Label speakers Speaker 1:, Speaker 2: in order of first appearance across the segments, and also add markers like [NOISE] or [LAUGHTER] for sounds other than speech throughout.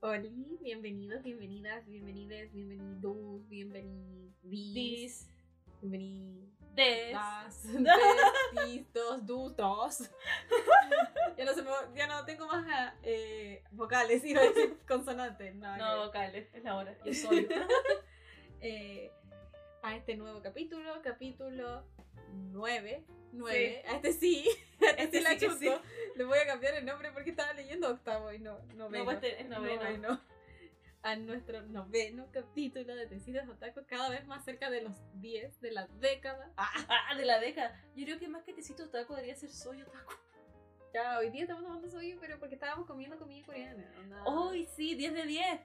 Speaker 1: Hola, bienvenidos, bienvenidas, bienvenides, bienvenidos, bienvenidis,
Speaker 2: Dis,
Speaker 1: bienvenidas,
Speaker 2: des.
Speaker 1: [LAUGHS] dis, dos, dus,
Speaker 2: [LAUGHS]
Speaker 1: dos. Ya no, se me- ya no tengo más ah, eh, vocales, iba a
Speaker 2: [LAUGHS]
Speaker 1: decir consonantes. No,
Speaker 2: No,
Speaker 1: no.
Speaker 2: vocales, es la hora. [LAUGHS] Yo soy.
Speaker 1: Eh, a este nuevo capítulo, capítulo 9. 9. A este sí, [LAUGHS] a este,
Speaker 2: Este
Speaker 1: sí la
Speaker 2: sí que
Speaker 1: chuto. Le voy a cambiar el nombre porque estaba leyendo octavo y no, no
Speaker 2: No, pues es noveno.
Speaker 1: noveno. [LAUGHS] A nuestro noveno capítulo de Tecidos Otaku, cada vez más cerca de los 10 de la década.
Speaker 2: Ah, ah, de la década. Yo creo que más que tecito otaku debería ser soy otaku.
Speaker 1: Ya, hoy día estamos tomando soyu, pero porque estábamos comiendo comida coreana. onda.
Speaker 2: ¡Uy, sí! 10 de 10.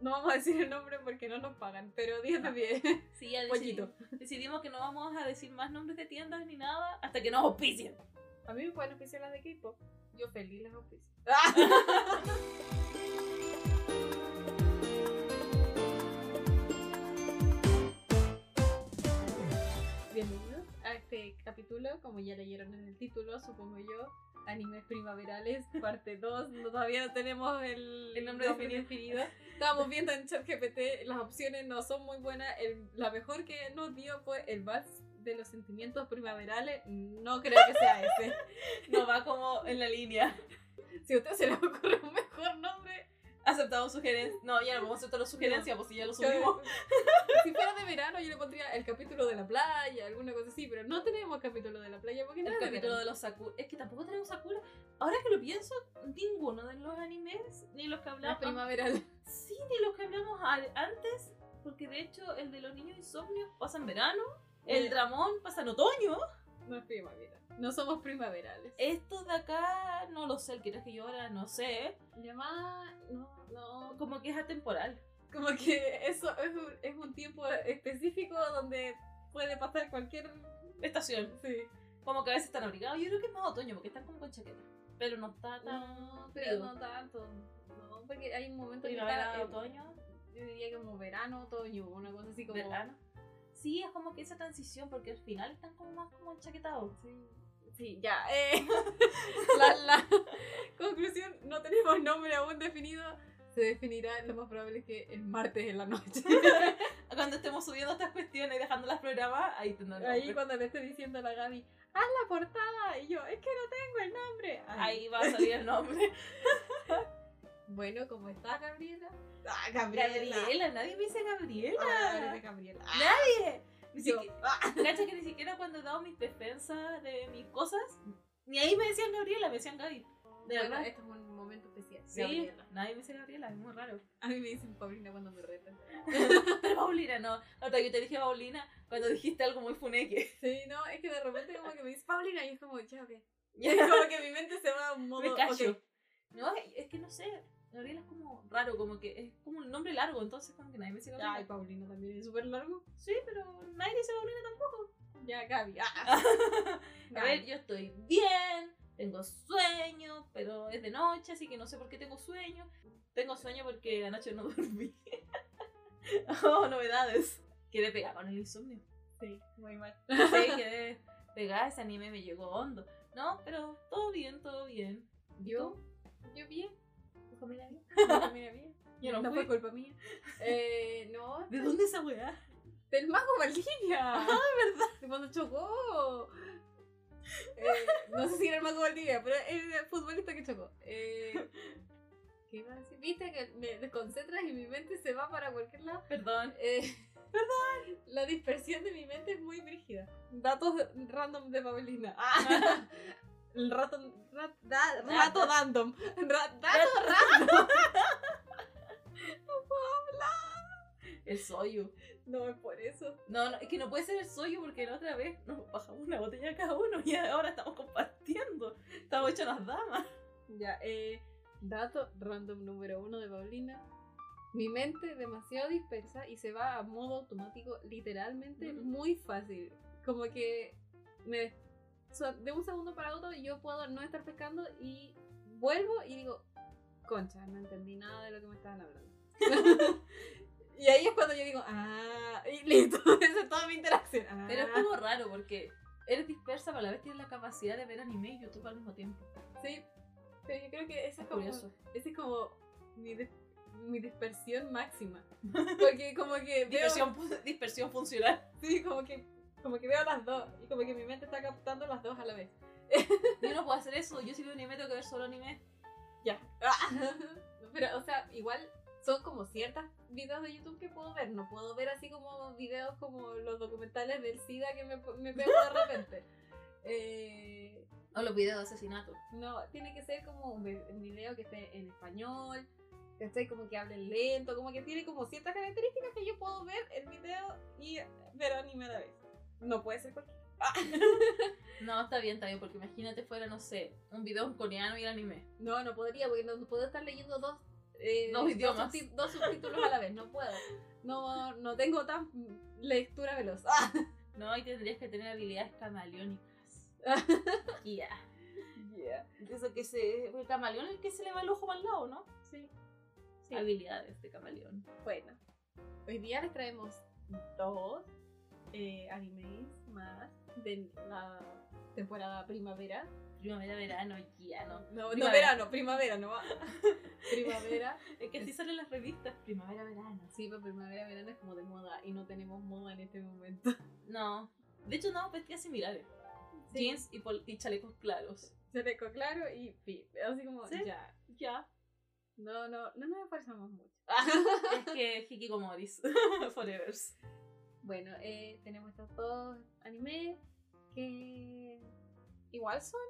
Speaker 1: No vamos a decir el nombre porque no nos pagan, pero 10
Speaker 2: Ah.
Speaker 1: de 10.
Speaker 2: Sí, ya decidi-
Speaker 1: Pollito.
Speaker 2: decidimos que no vamos a decir más nombres de tiendas ni nada hasta que nos auspicien.
Speaker 1: A mí me pueden auspiciar las de K-pop. Yo feliz las auspicio. [LAUGHS] Bienvenidos a este capítulo, como ya leyeron en el título, supongo yo, Animes Primaverales, parte [LAUGHS] 2. No, todavía no tenemos el,
Speaker 2: El nombre definido.
Speaker 1: Estábamos viendo en ChatGPT, las opciones no son muy buenas. El- la mejor que nos dio fue el vals de los sentimientos primaverales. No creo que sea ese.
Speaker 2: No va como en la línea.
Speaker 1: Si a usted se le [LAUGHS] ocurre un mejor nombre,
Speaker 2: Aceptamos sugerencias. No, ya no vamos a aceptar las sugerencias, pues si ya lo
Speaker 1: yo-
Speaker 2: subimos.
Speaker 1: [LAUGHS] si fuera de verano, yo le pondría el capítulo de la playa, alguna cosa así, pero no tenemos capítulo de la playa porque no
Speaker 2: El
Speaker 1: es de
Speaker 2: capítulo
Speaker 1: verano.
Speaker 2: de los Sakura. Es que tampoco tenemos Sakura. Ahora que lo pienso, ninguno de los animes, ni los que
Speaker 1: la
Speaker 2: hablamos.
Speaker 1: primaveral. [LAUGHS]
Speaker 2: Sí, ni los que hablamos al- antes. Porque de hecho, el de los niños insomnios pasa en verano. El
Speaker 1: Eh.
Speaker 2: dramón pasa en otoño.
Speaker 1: No es primavera. No somos primaverales.
Speaker 2: Estos de acá, no lo sé. El que era que yo ahora no sé.
Speaker 1: Llamada, no, no.
Speaker 2: Como que es atemporal.
Speaker 1: Como que eso es un, es un tiempo específico donde puede pasar cualquier.
Speaker 2: Estación.
Speaker 1: Sí.
Speaker 2: Como que a veces están abrigados. Yo creo que es más otoño porque están como con chaqueta. Pero no está tan.
Speaker 1: No,
Speaker 2: pero
Speaker 1: no tanto. No, porque hay un momento que
Speaker 2: primavera,
Speaker 1: está. eh,
Speaker 2: otoño,
Speaker 1: Yo diría que como verano, otoño, una cosa así como.
Speaker 2: verano. Sí, es como que esa transición porque al final están como más como enchaquetados.
Speaker 1: Sí, sí, ya. eh. [LAUGHS] la, la conclusión, no tenemos nombre aún definido. Se definirá, lo más probable es que el martes en la noche.
Speaker 2: [LAUGHS]
Speaker 1: [LAUGHS]
Speaker 2: Cuando estemos subiendo estas cuestiones y dejando las programas, ahí tendrán
Speaker 1: Ahí
Speaker 2: nombre.
Speaker 1: cuando le esté diciendo a la Gaby, haz la portada. Y yo, es que no tengo el nombre. Ay.
Speaker 2: Ahí va a salir el nombre.
Speaker 1: Bueno, ¿cómo estás, Gabriela? Ah,
Speaker 2: Gabriela, nadie me dice Gabriela.
Speaker 1: Ah, Gabriela.
Speaker 2: Nadie. Ni
Speaker 1: Yo,
Speaker 2: siquiera-
Speaker 1: ah,
Speaker 2: [LAUGHS] Cacha que ni siquiera cuando he dado mis defensas de mis cosas, ni ahí me decían Gabriela, me decían Gaby. De
Speaker 1: bueno,
Speaker 2: verdad.
Speaker 1: este es un momento especial.
Speaker 2: Sí,
Speaker 1: Gabriela.
Speaker 2: nadie me dice Gabriela, es muy raro. [LAUGHS]
Speaker 1: A mí me dicen Paulina cuando me retan.
Speaker 2: Pero Paulina no. Ahorita yo te dije Paulina cuando dijiste algo muy funeque. [LAUGHS]
Speaker 1: Sí, no, es que de repente como que me dice Paulina y es como, ya, ok. [LAUGHS]
Speaker 2: Ya
Speaker 1: como que mi mente se va a un modo.
Speaker 2: me callo.
Speaker 1: ok.
Speaker 2: No, es que no sé. Gabriela es como raro, como que es como un nombre largo, entonces como que nadie me dice Gabriela.
Speaker 1: Ay, Paulina también es súper largo.
Speaker 2: Sí, pero nadie dice Paulina
Speaker 1: Ya, Gaby. ah.
Speaker 2: [LAUGHS] A ver, yo estoy bien, tengo sueño, pero es de noche, así que no sé por qué tengo sueño. Tengo sueño porque anoche no [LAUGHS] dormí. oh, novedades. Quedé pegada con el insomnio.
Speaker 1: Sí, muy mal.
Speaker 2: Sí, quedé pegada, ese anime me llegó hondo. No, pero todo bien, todo bien.
Speaker 1: Yo, yo bien.
Speaker 2: ¿Tu
Speaker 1: [LAUGHS]
Speaker 2: familia bien?
Speaker 1: Mira bien.
Speaker 2: Yo no
Speaker 1: no
Speaker 2: fui.
Speaker 1: fue culpa mía. Eh, no,
Speaker 2: ¿De dónde esa weá?
Speaker 1: del mago Valdivia. [LAUGHS] Ah, verdad. Cuando chocó. Eh, no sé si era el mago Valdivia, pero era el futbolista que chocó. Eh, ¿Qué iba a decir? Viste que me desconcentras y mi mente se va para cualquier lado.
Speaker 2: Perdón.
Speaker 1: ¿Verdad? Eh, La dispersión de mi mente es muy brígida. Datos random de Paulina. Ah. El rato, rat- da- rato random. Ra- dato random.
Speaker 2: El soyu.
Speaker 1: No es por eso.
Speaker 2: No, no, es que no puede ser el soyu porque la otra vez nos bajamos una botella cada uno y ahora estamos compartiendo. Estamos hechos las damas.
Speaker 1: Ya, eh, dato random número uno de Paulina. Mi mente es demasiado dispersa y se va a modo automático literalmente
Speaker 2: Ujú.
Speaker 1: muy fácil. Como que me o sea, de un segundo para otro yo puedo no estar pescando y vuelvo y digo, concha, no entendí nada de lo que me estaban hablando.
Speaker 2: [LAUGHS]
Speaker 1: y ahí es cuando yo digo, ah, y listo, [LAUGHS] esa es toda mi interacción. Ah.
Speaker 2: Pero es como raro porque eres dispersa, pero a la vez tienes la capacidad de ver anime y YouTube al mismo tiempo.
Speaker 1: Sí, Ah, pero yo creo que esa es
Speaker 2: Es
Speaker 1: como...
Speaker 2: curioso.
Speaker 1: Ese es como mi, de- mi dispersión máxima. Porque como que veo,
Speaker 2: [LAUGHS] Dispersión, fu- dispersión funcional.
Speaker 1: sí, como que, como que veo las dos y como que mi mente está captando las dos a la vez.
Speaker 2: Yo no puedo hacer eso. Yo si veo anime tengo que ver solo anime.
Speaker 1: Ya. [LAUGHS] Pero, o sea, igual son como ciertas videos de YouTube que puedo ver. No puedo ver así como videos como los documentales del SIDA que me, me pego de repente. Eh,
Speaker 2: O los videos de asesinato.
Speaker 1: no, tiene que ser como un vi- un video que esté en español, ¿cachai? Como que hablen lento, como que tiene como ciertas características que yo puedo ver el video y ver anime a la vez. No puede ser cualquier.
Speaker 2: No, está bien, está bien, porque imagínate fuera, no sé, un video en coreano y el anime.
Speaker 1: No, no podría, porque no, no puedo estar leyendo dos, eh,
Speaker 2: Dos idiomas.
Speaker 1: subti- dos subtítulos a la vez, no puedo. No, no tengo tan lectura veloz. ¡Ah!
Speaker 2: No, y tendrías que tener habilidades [LAUGHS] camaleónicas. Ya. Eso que se. El camaleón es el que se le va el ojo para el lado, ¿no? Sí.
Speaker 1: Sí.
Speaker 2: Habilidades de camaleón.
Speaker 1: Bueno, hoy día les traemos dos eh, animes más de la temporada primavera.
Speaker 2: Primavera, verano, ya, ¿no?
Speaker 1: No,
Speaker 2: Primavera.
Speaker 1: verano, primavera, no va. [LAUGHS] primavera.
Speaker 2: Es que así salen las revistas. Primavera, verano.
Speaker 1: Sí, pero primavera, verano es como de moda y no tenemos moda en este momento.
Speaker 2: No. De hecho, no, vestidas similares. Jeans y, pol- y chalecos claros.
Speaker 1: Chaleco claro y fin. Así como
Speaker 2: Sí.
Speaker 1: ya.
Speaker 2: Ya.
Speaker 1: No, no, no nos esforzamos
Speaker 2: [LAUGHS]
Speaker 1: mucho.
Speaker 2: es que Hikikomoris. [LAUGHS] Forever.
Speaker 1: Bueno, eh, tenemos estos dos animes que igual son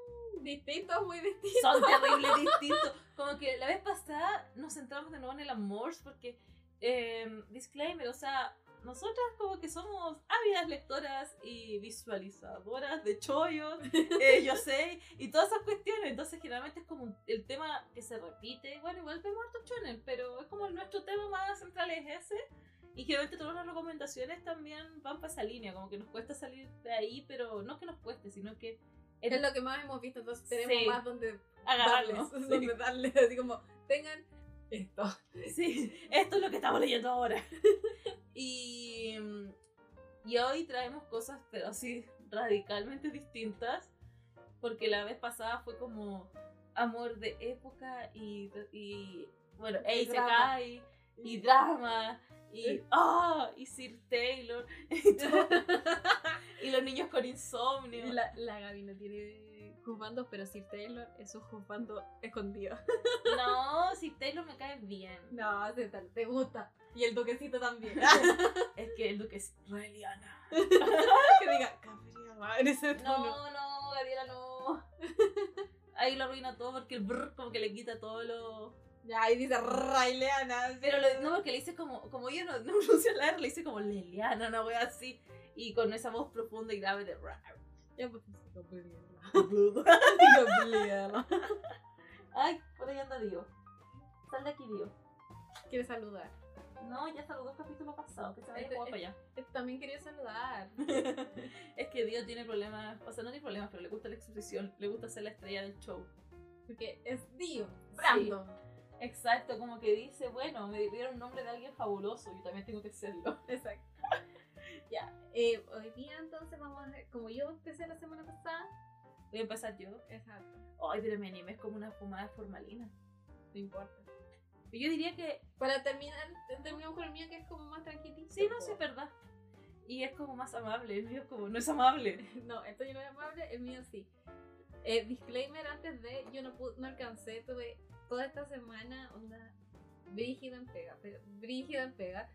Speaker 1: distintos, muy distintos.
Speaker 2: son terribles distintos. Como que la vez pasada nos centramos de nuevo en el amor, porque, eh, disclaimer, o sea, nosotras como que somos ávidas lectoras y visualizadoras de chollos, eh, yo sé, y todas esas cuestiones. Entonces, generalmente es como un- el tema que se repite. Bueno, igual vemos hartos chones, pero es como nuestro tema más central es ese. Y generalmente todas las recomendaciones también van para esa línea, como que nos cuesta salir de ahí, pero no que nos cueste, sino que
Speaker 1: Es lo que más hemos visto, entonces tenemos
Speaker 2: Sí.
Speaker 1: más donde
Speaker 2: agarrarnos.
Speaker 1: darles, donde darles, así como tengan esto.
Speaker 2: Sí, esto es lo que estamos leyendo ahora. [LAUGHS] Y, mm, y hoy traemos cosas, pero así, radicalmente distintas, porque la vez pasada fue como amor de época y, y bueno,
Speaker 1: Y
Speaker 2: Eisekai y drama y, ah y Sir Taylor y,
Speaker 1: [LAUGHS]
Speaker 2: todo. Y los niños con insomnio.
Speaker 1: La, la Gaby no tiene juzgandos, pero Sir Taylor es un juzgando escondido.
Speaker 2: No, Sir Taylor me cae bien.
Speaker 1: [LAUGHS] No, te, te gusta. Y el duquecito [LAUGHS] también.
Speaker 2: Es que el duque es Reliana.
Speaker 1: que diga, Gabriela, en ese tono.
Speaker 2: No, no, Gabriela, no. [LAUGHS] Ahí lo arruina todo porque el brr como que le quita todo lo.
Speaker 1: Ya, y dice, Raileana.
Speaker 2: Pero lo- no, porque le dice como. Como ellos no, [LAUGHS] no pronuncian la R, le dice como Leliana, una wea así. Y con esa voz profunda y grave de.
Speaker 1: Ya, pues, Gabriela. [LAUGHS]
Speaker 2: rar.
Speaker 1: Gabriela.
Speaker 2: Ay, por ahí anda Dios. Sal de aquí, Dios.
Speaker 1: Quiere saludar.
Speaker 2: No, ya saludó el capítulo pasado, que se vaya
Speaker 1: Este-
Speaker 2: guapa ya.
Speaker 1: Eh, También quería saludar.
Speaker 2: [LAUGHS] es que Dios tiene problemas. O sea, no tiene problemas, pero le gusta la exposición, le gusta ser la estrella del show.
Speaker 1: Porque es Dio. Brando.
Speaker 2: Exacto, como que dice, bueno, me dieron nombre de alguien fabuloso, yo también tengo que serlo.
Speaker 1: Exacto. [LAUGHS] ya. eh, hoy día entonces vamos a... Como yo empecé la semana pasada.
Speaker 2: Voy a empezar yo.
Speaker 1: Exacto.
Speaker 2: Ay, pero mi anime es como una fumada de formalina.
Speaker 1: No importa.
Speaker 2: Yo diría que
Speaker 1: Para terminar, terminamos con el mío que es como más tranquilito.
Speaker 2: sí, no, sí, es verdad. Y es como más amable, el mío es como no es amable.
Speaker 1: [LAUGHS] No, el tuyo no es amable, el mío sí. Eh, disclaimer antes de, yo no, pu- no alcancé, tuve toda esta semana onda brígida en pega, pero brígida en pega.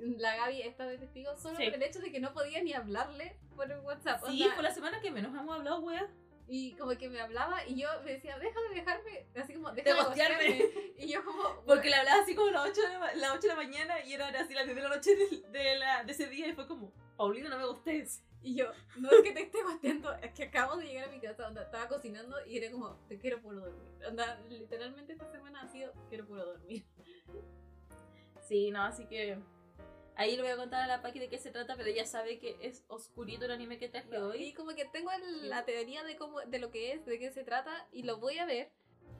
Speaker 1: La Gaby está de testigo solo
Speaker 2: Sí.
Speaker 1: por el hecho de que no podía ni hablarle por WhatsApp. o
Speaker 2: Sí,
Speaker 1: sea,
Speaker 2: por la semana que menos hemos hablado, wea.
Speaker 1: Y como que me hablaba y yo me decía, deja de dejarme, así como, deja
Speaker 2: De
Speaker 1: de
Speaker 2: gostearme".
Speaker 1: gostearme". Y yo como,
Speaker 2: [LAUGHS] Porque le hablaba así como las 8 de la, ma- las 8 de la mañana y era ahora así las 10 de la noche de, de la- de ese día y fue como, Paulina, no me gustes.
Speaker 1: Y yo, no es que te esté gosteando, es que acabo de llegar a mi casa, onda, estaba cocinando y era como, te quiero puro dormir. Onda, literalmente esta semana ha sido, quiero puro [LAUGHS] dormir.
Speaker 2: Sí, no, así que ahí le voy a contar a la Paki de qué se trata, pero ella sabe que es oscurito el anime que traje hoy.
Speaker 1: Y como que tengo el- la teoría de cómo, de lo que es, de qué se trata, y lo voy a ver.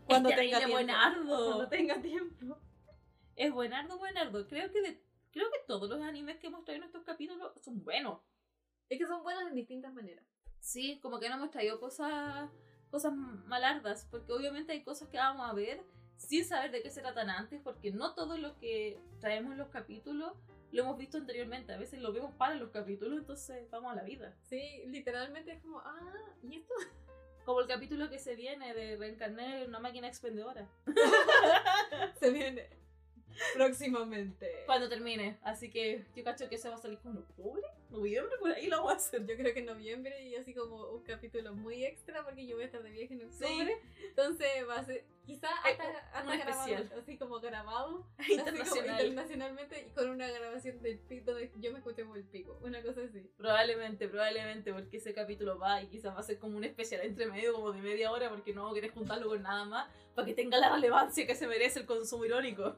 Speaker 2: Cuando tenga tiempo.
Speaker 1: Cuando tenga tiempo.
Speaker 2: Es buenardo, buenardo. Creo que de, creo que todos los animes que hemos traído en estos capítulos son buenos.
Speaker 1: Es que son buenos en distintas maneras.
Speaker 2: Sí, como que no hemos traído cosas cosas malardas, porque obviamente hay cosas que vamos a ver sin saber de qué se tratan antes, porque no todo lo que traemos en los capítulos lo hemos visto anteriormente. A veces lo vemos para los capítulos, entonces vamos a la vida.
Speaker 1: Sí, literalmente es como, ah, ¿y esto? [LAUGHS]
Speaker 2: Como el capítulo que se viene de reencarnar en una máquina expendedora.
Speaker 1: Se viene próximamente.
Speaker 2: Cuando termine. Así que yo cacho que se va a salir como octubre, noviembre, por ahí lo voy a hacer.
Speaker 1: Yo creo que en noviembre y así como un capítulo muy extra porque yo voy a estar de viaje en octubre. Entonces va a ser, quizá
Speaker 2: Eh,
Speaker 1: hasta, hasta
Speaker 2: un
Speaker 1: grabado,
Speaker 2: especial.
Speaker 1: así como grabado, así como
Speaker 2: Internacional.
Speaker 1: internacionalmente y con una grabación del pico donde yo me escuché como el pico, una cosa así.
Speaker 2: Probablemente, probablemente, porque ese capítulo va y quizás va a ser como un especial entre medio, como de media hora, porque no querés juntarlo con nada más, para que tenga la relevancia que se merece el consumo irónico.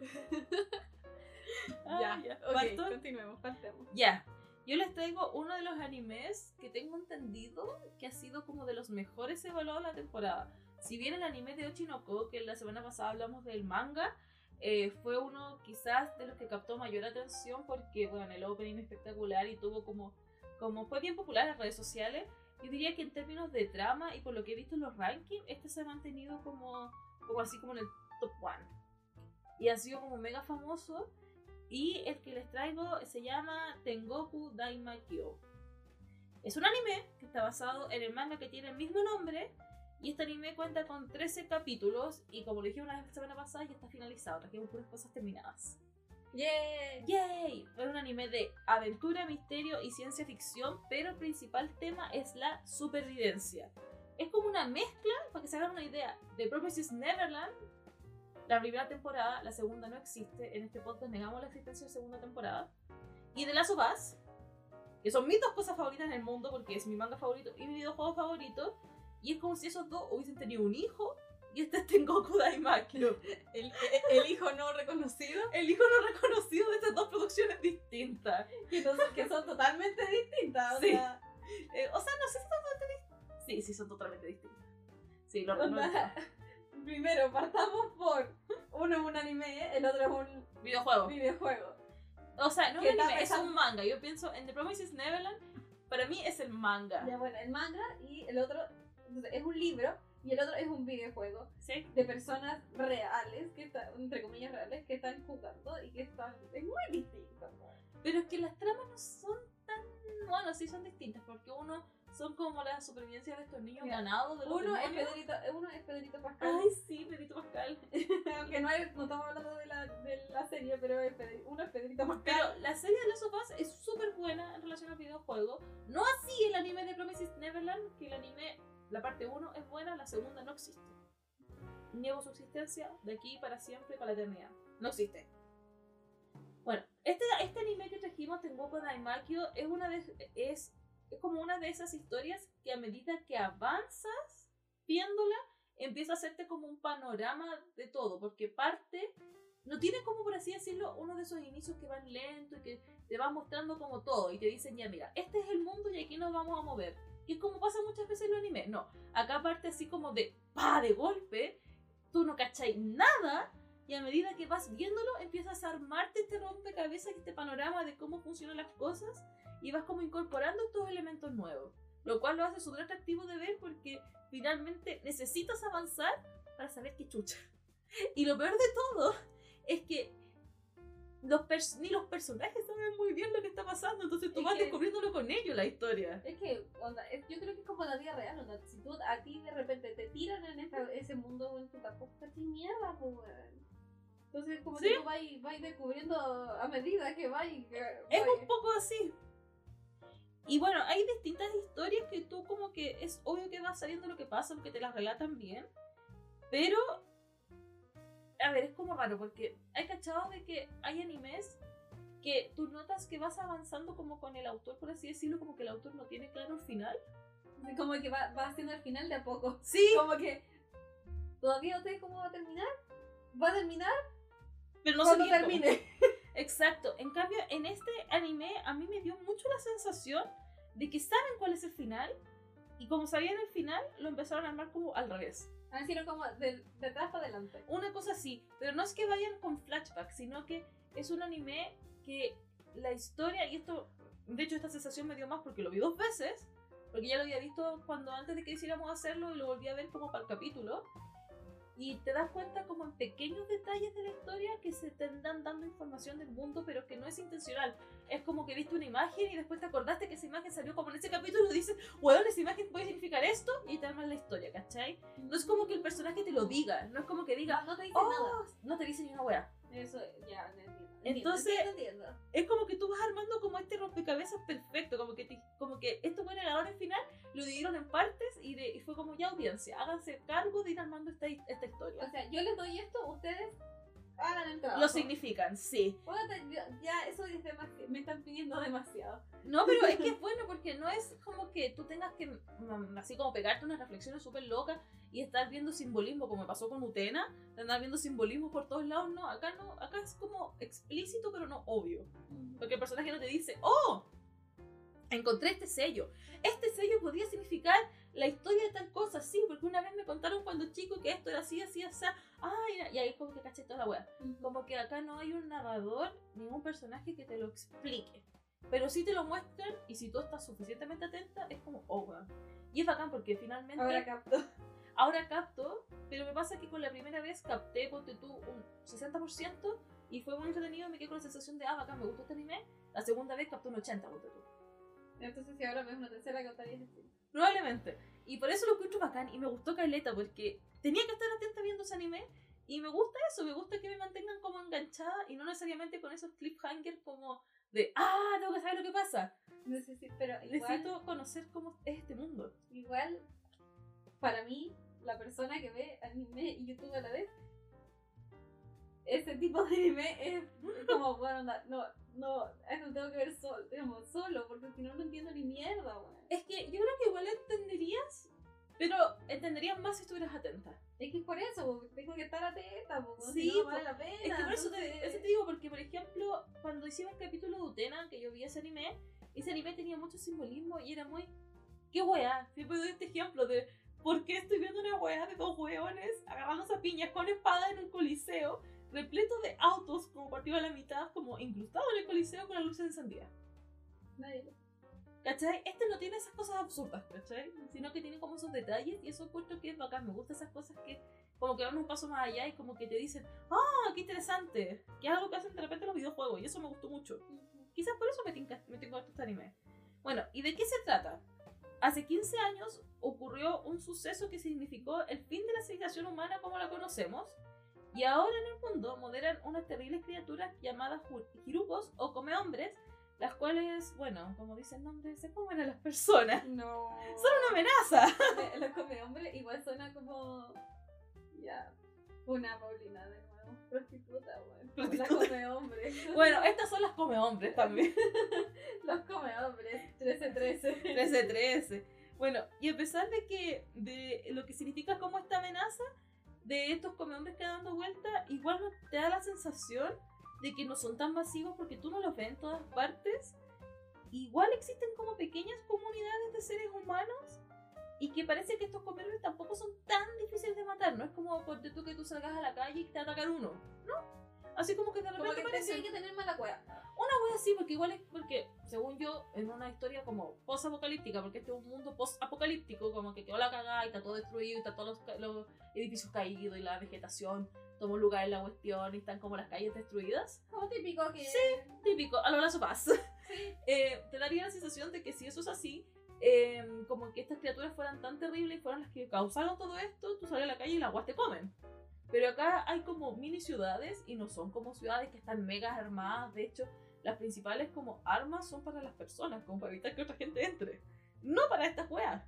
Speaker 2: Ah,
Speaker 1: ya, ok,
Speaker 2: ¿Parto?
Speaker 1: continuemos, partamos.
Speaker 2: Ya. Yo les traigo uno de los animes que tengo entendido que ha sido como de los mejores evaluados de la temporada. Si bien el anime de Ochinoko, que la semana pasada hablamos del manga, eh, fue uno quizás de los que captó mayor atención porque, bueno, el opening espectacular y tuvo como, como fue bien popular en las redes sociales. Yo diría que en términos de trama y por lo que he visto en los rankings, este se ha mantenido como, como así como en el top one. Y ha sido como mega famoso. Y el que les traigo se llama Tengoku Daimakyo. Es un anime que está basado en el manga que tiene el mismo nombre. Y este anime cuenta con 13 capítulos. Y como lo dije una vez la semana pasada, ya está finalizado. Trajimos puras cosas terminadas.
Speaker 1: ¡Yay!
Speaker 2: ¡Yay! Es un anime de aventura, misterio y ciencia ficción. Pero el principal tema es la supervivencia. Es como una mezcla, para que se hagan una idea, de Promises Neverland. La primera temporada, la segunda no existe. En este podcast negamos la existencia de segunda temporada. Y de Last of Us, que son mis dos cosas favoritas en el mundo, porque es mi manga favorito y mi videojuego favorito. Y es como si esos dos hubiesen tenido un hijo y este es Tengoku Daimakyo.
Speaker 1: El, el hijo no reconocido,
Speaker 2: El hijo no reconocido de estas dos producciones distintas.
Speaker 1: que, no- que son totalmente distintas. o
Speaker 2: Sí.
Speaker 1: sea,
Speaker 2: Eh, o sea, no sé si son totalmente distintas. Sí, sí, son totalmente distintas. Sí, lo [LAUGHS]
Speaker 1: Onda, [LAUGHS]
Speaker 2: reconozco.
Speaker 1: Primero, partamos por uno es un anime, el otro es un
Speaker 2: Videojuego.
Speaker 1: videojuego.
Speaker 2: O sea, no
Speaker 1: ¿Qué
Speaker 2: es un
Speaker 1: tal
Speaker 2: anime, es
Speaker 1: esa-
Speaker 2: un manga. Yo pienso en The Promises Neverland, para mí es el manga.
Speaker 1: Ya, bueno, el manga y el otro entonces, es un libro y el otro es un videojuego
Speaker 2: ¿Sí?
Speaker 1: de personas reales, que están, entre comillas reales, que están jugando y que están... Es muy distinto.
Speaker 2: Pero es que las tramas no son tan. Bueno, sí son distintas, porque uno son como las supervivencias de estos niños
Speaker 1: Mira,
Speaker 2: ganados de los
Speaker 1: Uno es,
Speaker 2: demonios.
Speaker 1: Pedrito, uno es Pedrito Pascal,
Speaker 2: Ay, sí, Pedrito Pascal.
Speaker 1: [LAUGHS] aunque no, es- no estamos hablando de la, de la serie, pero es Pedri- uno es Pedrito Pascal.
Speaker 2: Pero la serie de Last of Us es súper buena en relación al videojuego. No así el anime de Promises Neverland, que el anime, la parte 1 es buena, la segunda no existe. Niego su existencia de aquí para siempre, para la eternidad. No existe. Bueno, este, este anime que trajimos, Tengoku Daimakyo, es, una de, es, es como una de esas historias que a medida que avanzas viéndola, empieza a hacerte como un panorama de todo, porque parte no tiene como, por así decirlo, uno de esos inicios que van lento y que te van mostrando como todo y te dicen, ya mira, este es el mundo y aquí nos vamos a mover. Y es como pasa muchas veces en los animes. No, acá parte así como de pa, de golpe, tú no cacháis nada y a medida que vas viéndolo empiezas a armarte este rompecabezas, este panorama de cómo funcionan las cosas y vas como incorporando estos elementos nuevos. Lo cual lo hace súper atractivo de ver porque finalmente necesitas avanzar para saber qué chucha. [LAUGHS] Y lo peor de todo es que los pers- ni los personajes saben muy bien lo que está pasando, entonces tú
Speaker 1: Es
Speaker 2: vas
Speaker 1: que-
Speaker 2: descubriéndolo con ellos la historia.
Speaker 1: Es que, onda, es- yo creo que es como la vida real, onda, si tú a ti de repente te tiran en esta- ese mundo, weón, tú tampoco cachai mierda, pues, weón. Entonces, como
Speaker 2: Sí.
Speaker 1: que tú vas, vas descubriendo a medida que vas. y eh, que-
Speaker 2: Es
Speaker 1: vas.
Speaker 2: un poco así. Y bueno, hay distintas historias que tú como que es obvio que vas sabiendo lo que pasa porque te las relatan bien. Pero, a ver, es como raro porque hay cachado de que hay animes que tú notas que vas avanzando como con el autor, por así decirlo, como que el autor no tiene claro el final.
Speaker 1: Así Como que va, va haciendo al final de a poco.
Speaker 2: Sí,
Speaker 1: Como que todavía no sé cómo va a terminar. Va a terminar
Speaker 2: pero no
Speaker 1: cuando
Speaker 2: sé bien cómo.
Speaker 1: termine.
Speaker 2: Exacto. En cambio, en este anime a mí me dio mucho la sensación de que saben cuál es el final y como sabían el final, lo empezaron a armar como al revés.
Speaker 1: Ah, Hicieron como de, de atrás para adelante.
Speaker 2: Una cosa así, pero no es que vayan con flashbacks, sino que es un anime que la historia, y esto, de hecho esta sensación me dio más porque lo vi dos veces, porque ya lo había visto cuando antes de que quisiéramos hacerlo y lo volví a ver como para el capítulo, y te das cuenta como en pequeños detalles de la historia que se te dan dando información del mundo, pero que no es intencional. Es como que viste una imagen y después te acordaste que esa imagen salió como en ese capítulo y dices, weón, esa imagen puede significar esto y te armas la historia, ¿cachai? No es como que el personaje te lo diga, no es como que diga,
Speaker 1: no te dice
Speaker 2: oh,
Speaker 1: nada.
Speaker 2: no te dice ni una weá.
Speaker 1: Eso, ya, no entiendo.
Speaker 2: Entonces-
Speaker 1: Entiendo, entiendo, entiendo.
Speaker 2: Es como que tú vas armando como este rompecabezas perfecto, como que, te- como que esto fue el ganador en final, lo dividieron en partes y, de- y fue como ya audiencia, háganse cargo de ir armando esta, hi- esta
Speaker 1: O
Speaker 2: historia.
Speaker 1: sea, yo les doy esto, ustedes hagan el trabajo.
Speaker 2: Lo significan, sí.
Speaker 1: Puta, yo- Ya, eso es demasiado. Me están pidiendo demasiado.
Speaker 2: No, pero es que es bueno porque no es como que tú tengas que, mm, así como pegarte unas reflexiones súper locas y estar viendo simbolismo, como me pasó con Utena, de andar viendo simbolismo por todos lados. No, acá no, acá es como explícito, pero no obvio. Porque el personaje no te dice, ¡Oh! Encontré este sello. Este sello podría significar la historia de tal cosa, sí, porque una vez me contaron cuando chico que esto era así, así, así. Ay, y ahí como que caché toda la wea como que acá no hay un narrador ni un personaje que te lo explique. Pero sí te lo muestran y si tú estás suficientemente atenta, es como, oh, weón. Y es bacán porque finalmente
Speaker 1: Ahora
Speaker 2: ahora,
Speaker 1: capto.
Speaker 2: capto, pero me pasa que con la primera vez capté, ponte tú, un 60% y fue muy entretenido y me quedé con la sensación de, ah, bacán, me gustó este anime. La segunda vez capté un 80%, ponte tú.
Speaker 1: Entonces, si ahora ves una tercera, captarías esto.
Speaker 2: Probablemente. Y por eso lo encuentro bacán y me gustó Caleta porque tenía que estar atenta viendo ese anime y me gusta eso, me gusta que me mantengan como enganchada y no necesariamente con esos cliffhangers como de, ah, tengo que saber lo que pasa.
Speaker 1: Necesito, pero igual,
Speaker 2: Necesito conocer cómo es este mundo.
Speaker 1: igual, para mí, la persona que ve anime y YouTube a la vez, ese tipo de anime es como, bueno, onda, no, no, eso tengo que ver solo, digamos, solo, porque si no, no entiendo ni mierda, weón.
Speaker 2: Es que yo creo que igual entenderías, pero entenderías más si estuvieras atenta.
Speaker 1: Es que es por eso, porque tengo que estar atenta, porque
Speaker 2: Sí,
Speaker 1: si no, no vale
Speaker 2: po.
Speaker 1: la pena.
Speaker 2: Es que por eso te,
Speaker 1: entonces-
Speaker 2: eso te digo, porque por ejemplo, cuando hicimos el capítulo de Utena, que yo vi ese anime, ese anime tenía mucho simbolismo y era muy. ¡Qué weá! Siempre doy este ejemplo de por qué estoy viendo una weá de dos weones agarrándose a piñas con espada en un coliseo, repleto de autos como partido a la mitad, como incrustado en el coliseo con las luces encendidas.
Speaker 1: Nadie lo-
Speaker 2: ¿Cachai? Este no tiene esas cosas absurdas, ¿cachai? Sino que tiene como esos detalles y eso encuentro que es bacán. Me gustan esas cosas que como que van un paso más allá y como que te dicen, ¡ah, qué interesante! Que es algo que hacen de repente los videojuegos y eso me gustó mucho. Quizás por eso me tinca, me tinca harto este anime. Bueno, ¿y de qué se trata? Hace 15 años ocurrió un suceso que significó el fin de la civilización humana como la conocemos y ahora en el mundo moderan unas terribles criaturas llamadas ju- jirupos o comehombres las cuales, bueno, como dice el nombre, se comen a las personas. [LAUGHS]
Speaker 1: No.
Speaker 2: ¡Son una amenaza!
Speaker 1: Me- Lo come hombre, igual suena como. Ya. Una Paulina de nuevo. Prostituta, weón. La
Speaker 2: Prostituta.
Speaker 1: come hombre.
Speaker 2: Bueno, estas son las comehombres también.
Speaker 1: [LAUGHS] Los come hombres. 13-13.
Speaker 2: 13-13. Bueno, y a pesar de que de lo que significa como esta amenaza de estos comehombres que dan dando vuelta, igual no- te da la sensación de que no son tan masivos porque tú no los ves en todas partes. Igual existen como pequeñas comunidades de seres humanos y que parece que estos comehombres tampoco son tan difíciles de matar. No es como ponte tú que tú salgas a la calle y te atacar uno. No. Así como que de repente
Speaker 1: Como que
Speaker 2: aparecen.
Speaker 1: tendría que tener mala cueva.
Speaker 2: Una wea así, porque igual es porque, según yo, en una historia como post-apocalíptica, porque este es un mundo post-apocalíptico, como que quedó la cagada y está todo destruido, y está todos los, ca- los edificios caídos y la vegetación tomó lugar en la cuestión y están como las calles destruidas.
Speaker 1: Como típico que.
Speaker 2: Sí. Típico, a lo lazo paz. [LAUGHS] Eh, te daría la sensación de que si eso es así, eh, como que estas criaturas fueran tan terribles y fueran las que causaron todo esto, tú sales a la calle y las aguas te comen. Pero acá hay como mini ciudades y no son como ciudades que están mega armadas. De hecho, las principales como armas son para las personas, como para evitar que otra gente entre. No para estas weas.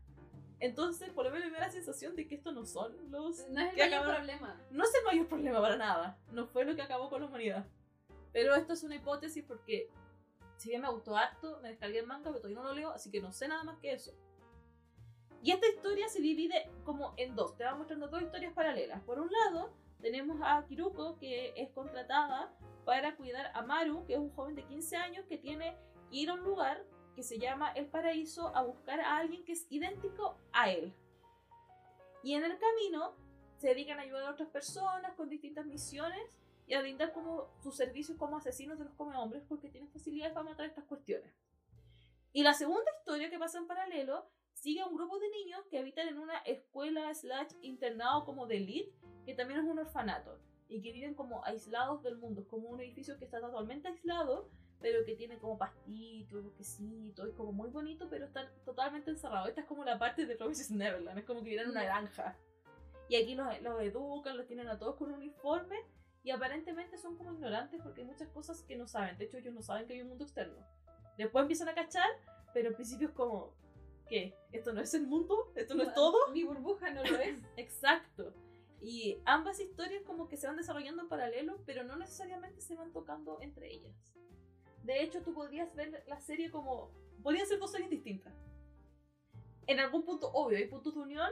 Speaker 2: Entonces, por lo menos me da la sensación de que estos no son los...
Speaker 1: No es el
Speaker 2: Que
Speaker 1: mayor
Speaker 2: acabaron-
Speaker 1: problema.
Speaker 2: No es el mayor problema para nada. No fue lo que acabó con la humanidad. Pero esto es una hipótesis porque, si bien me gustó harto, me descargué el manga, pero todavía no lo leo, así que no sé nada más que eso. Y esta historia se divide como en dos. Te va mostrando dos historias paralelas. Por un lado, tenemos a Kiruko, que es contratada para cuidar a Maru, que es un joven de 15 años que tiene que ir a un lugar que se llama El Paraíso a buscar a alguien que es idéntico a él. Y en el camino se dedican a ayudar a otras personas con distintas misiones y a brindar como sus servicios como asesinos de los comehombres porque tienen facilidades para matar estas cuestiones. Y la segunda historia que pasa en paralelo sigue a un grupo de niños que habitan en una escuela slash internado como de elite, que también es un orfanato, y que viven como aislados del mundo. Es como un edificio que está totalmente aislado, pero que tiene como pastitos, bosquecitos, es como muy bonito, pero están totalmente encerrados. Esta es como la parte de Promises Neverland, es como que viven en una granja. Y aquí los, los educan, los tienen a todos con un uniforme, y aparentemente son como ignorantes porque hay muchas cosas que no saben. De hecho, ellos no saben que hay un mundo externo. Después empiezan a cachar, pero al principio es como, ¿qué? ¿Esto no es el mundo? ¿Esto no es todo?
Speaker 1: Mi burbuja no lo es. [LAUGHS]
Speaker 2: Exacto. Y ambas historias como que se van desarrollando en paralelo, pero no necesariamente se van tocando entre ellas. De hecho, tú podrías ver la serie como... Podrían ser dos series distintas. En algún punto, obvio, hay puntos de unión,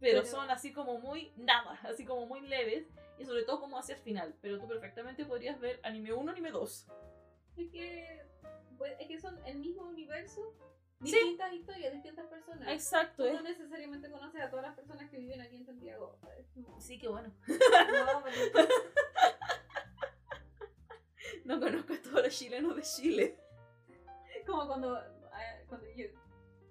Speaker 2: pero,
Speaker 1: Pero-
Speaker 2: son así como muy nada, así como muy leves, y sobre todo como hacia el final. Pero tú perfectamente podrías ver anime 1, anime 2.
Speaker 1: Es que, pues, es que son el mismo universo,
Speaker 2: Sí.
Speaker 1: distintas historias, distintas personas.
Speaker 2: Exacto,
Speaker 1: Tú
Speaker 2: es...
Speaker 1: no necesariamente conoces a todas las personas que viven aquí en Santiago.
Speaker 2: [LAUGHS]
Speaker 1: ¿sabes? Como-
Speaker 2: Sí, que bueno.
Speaker 1: No, pero-
Speaker 2: No conozco a todos los chilenos de Chile.
Speaker 1: como cuando, eh, cuando yo,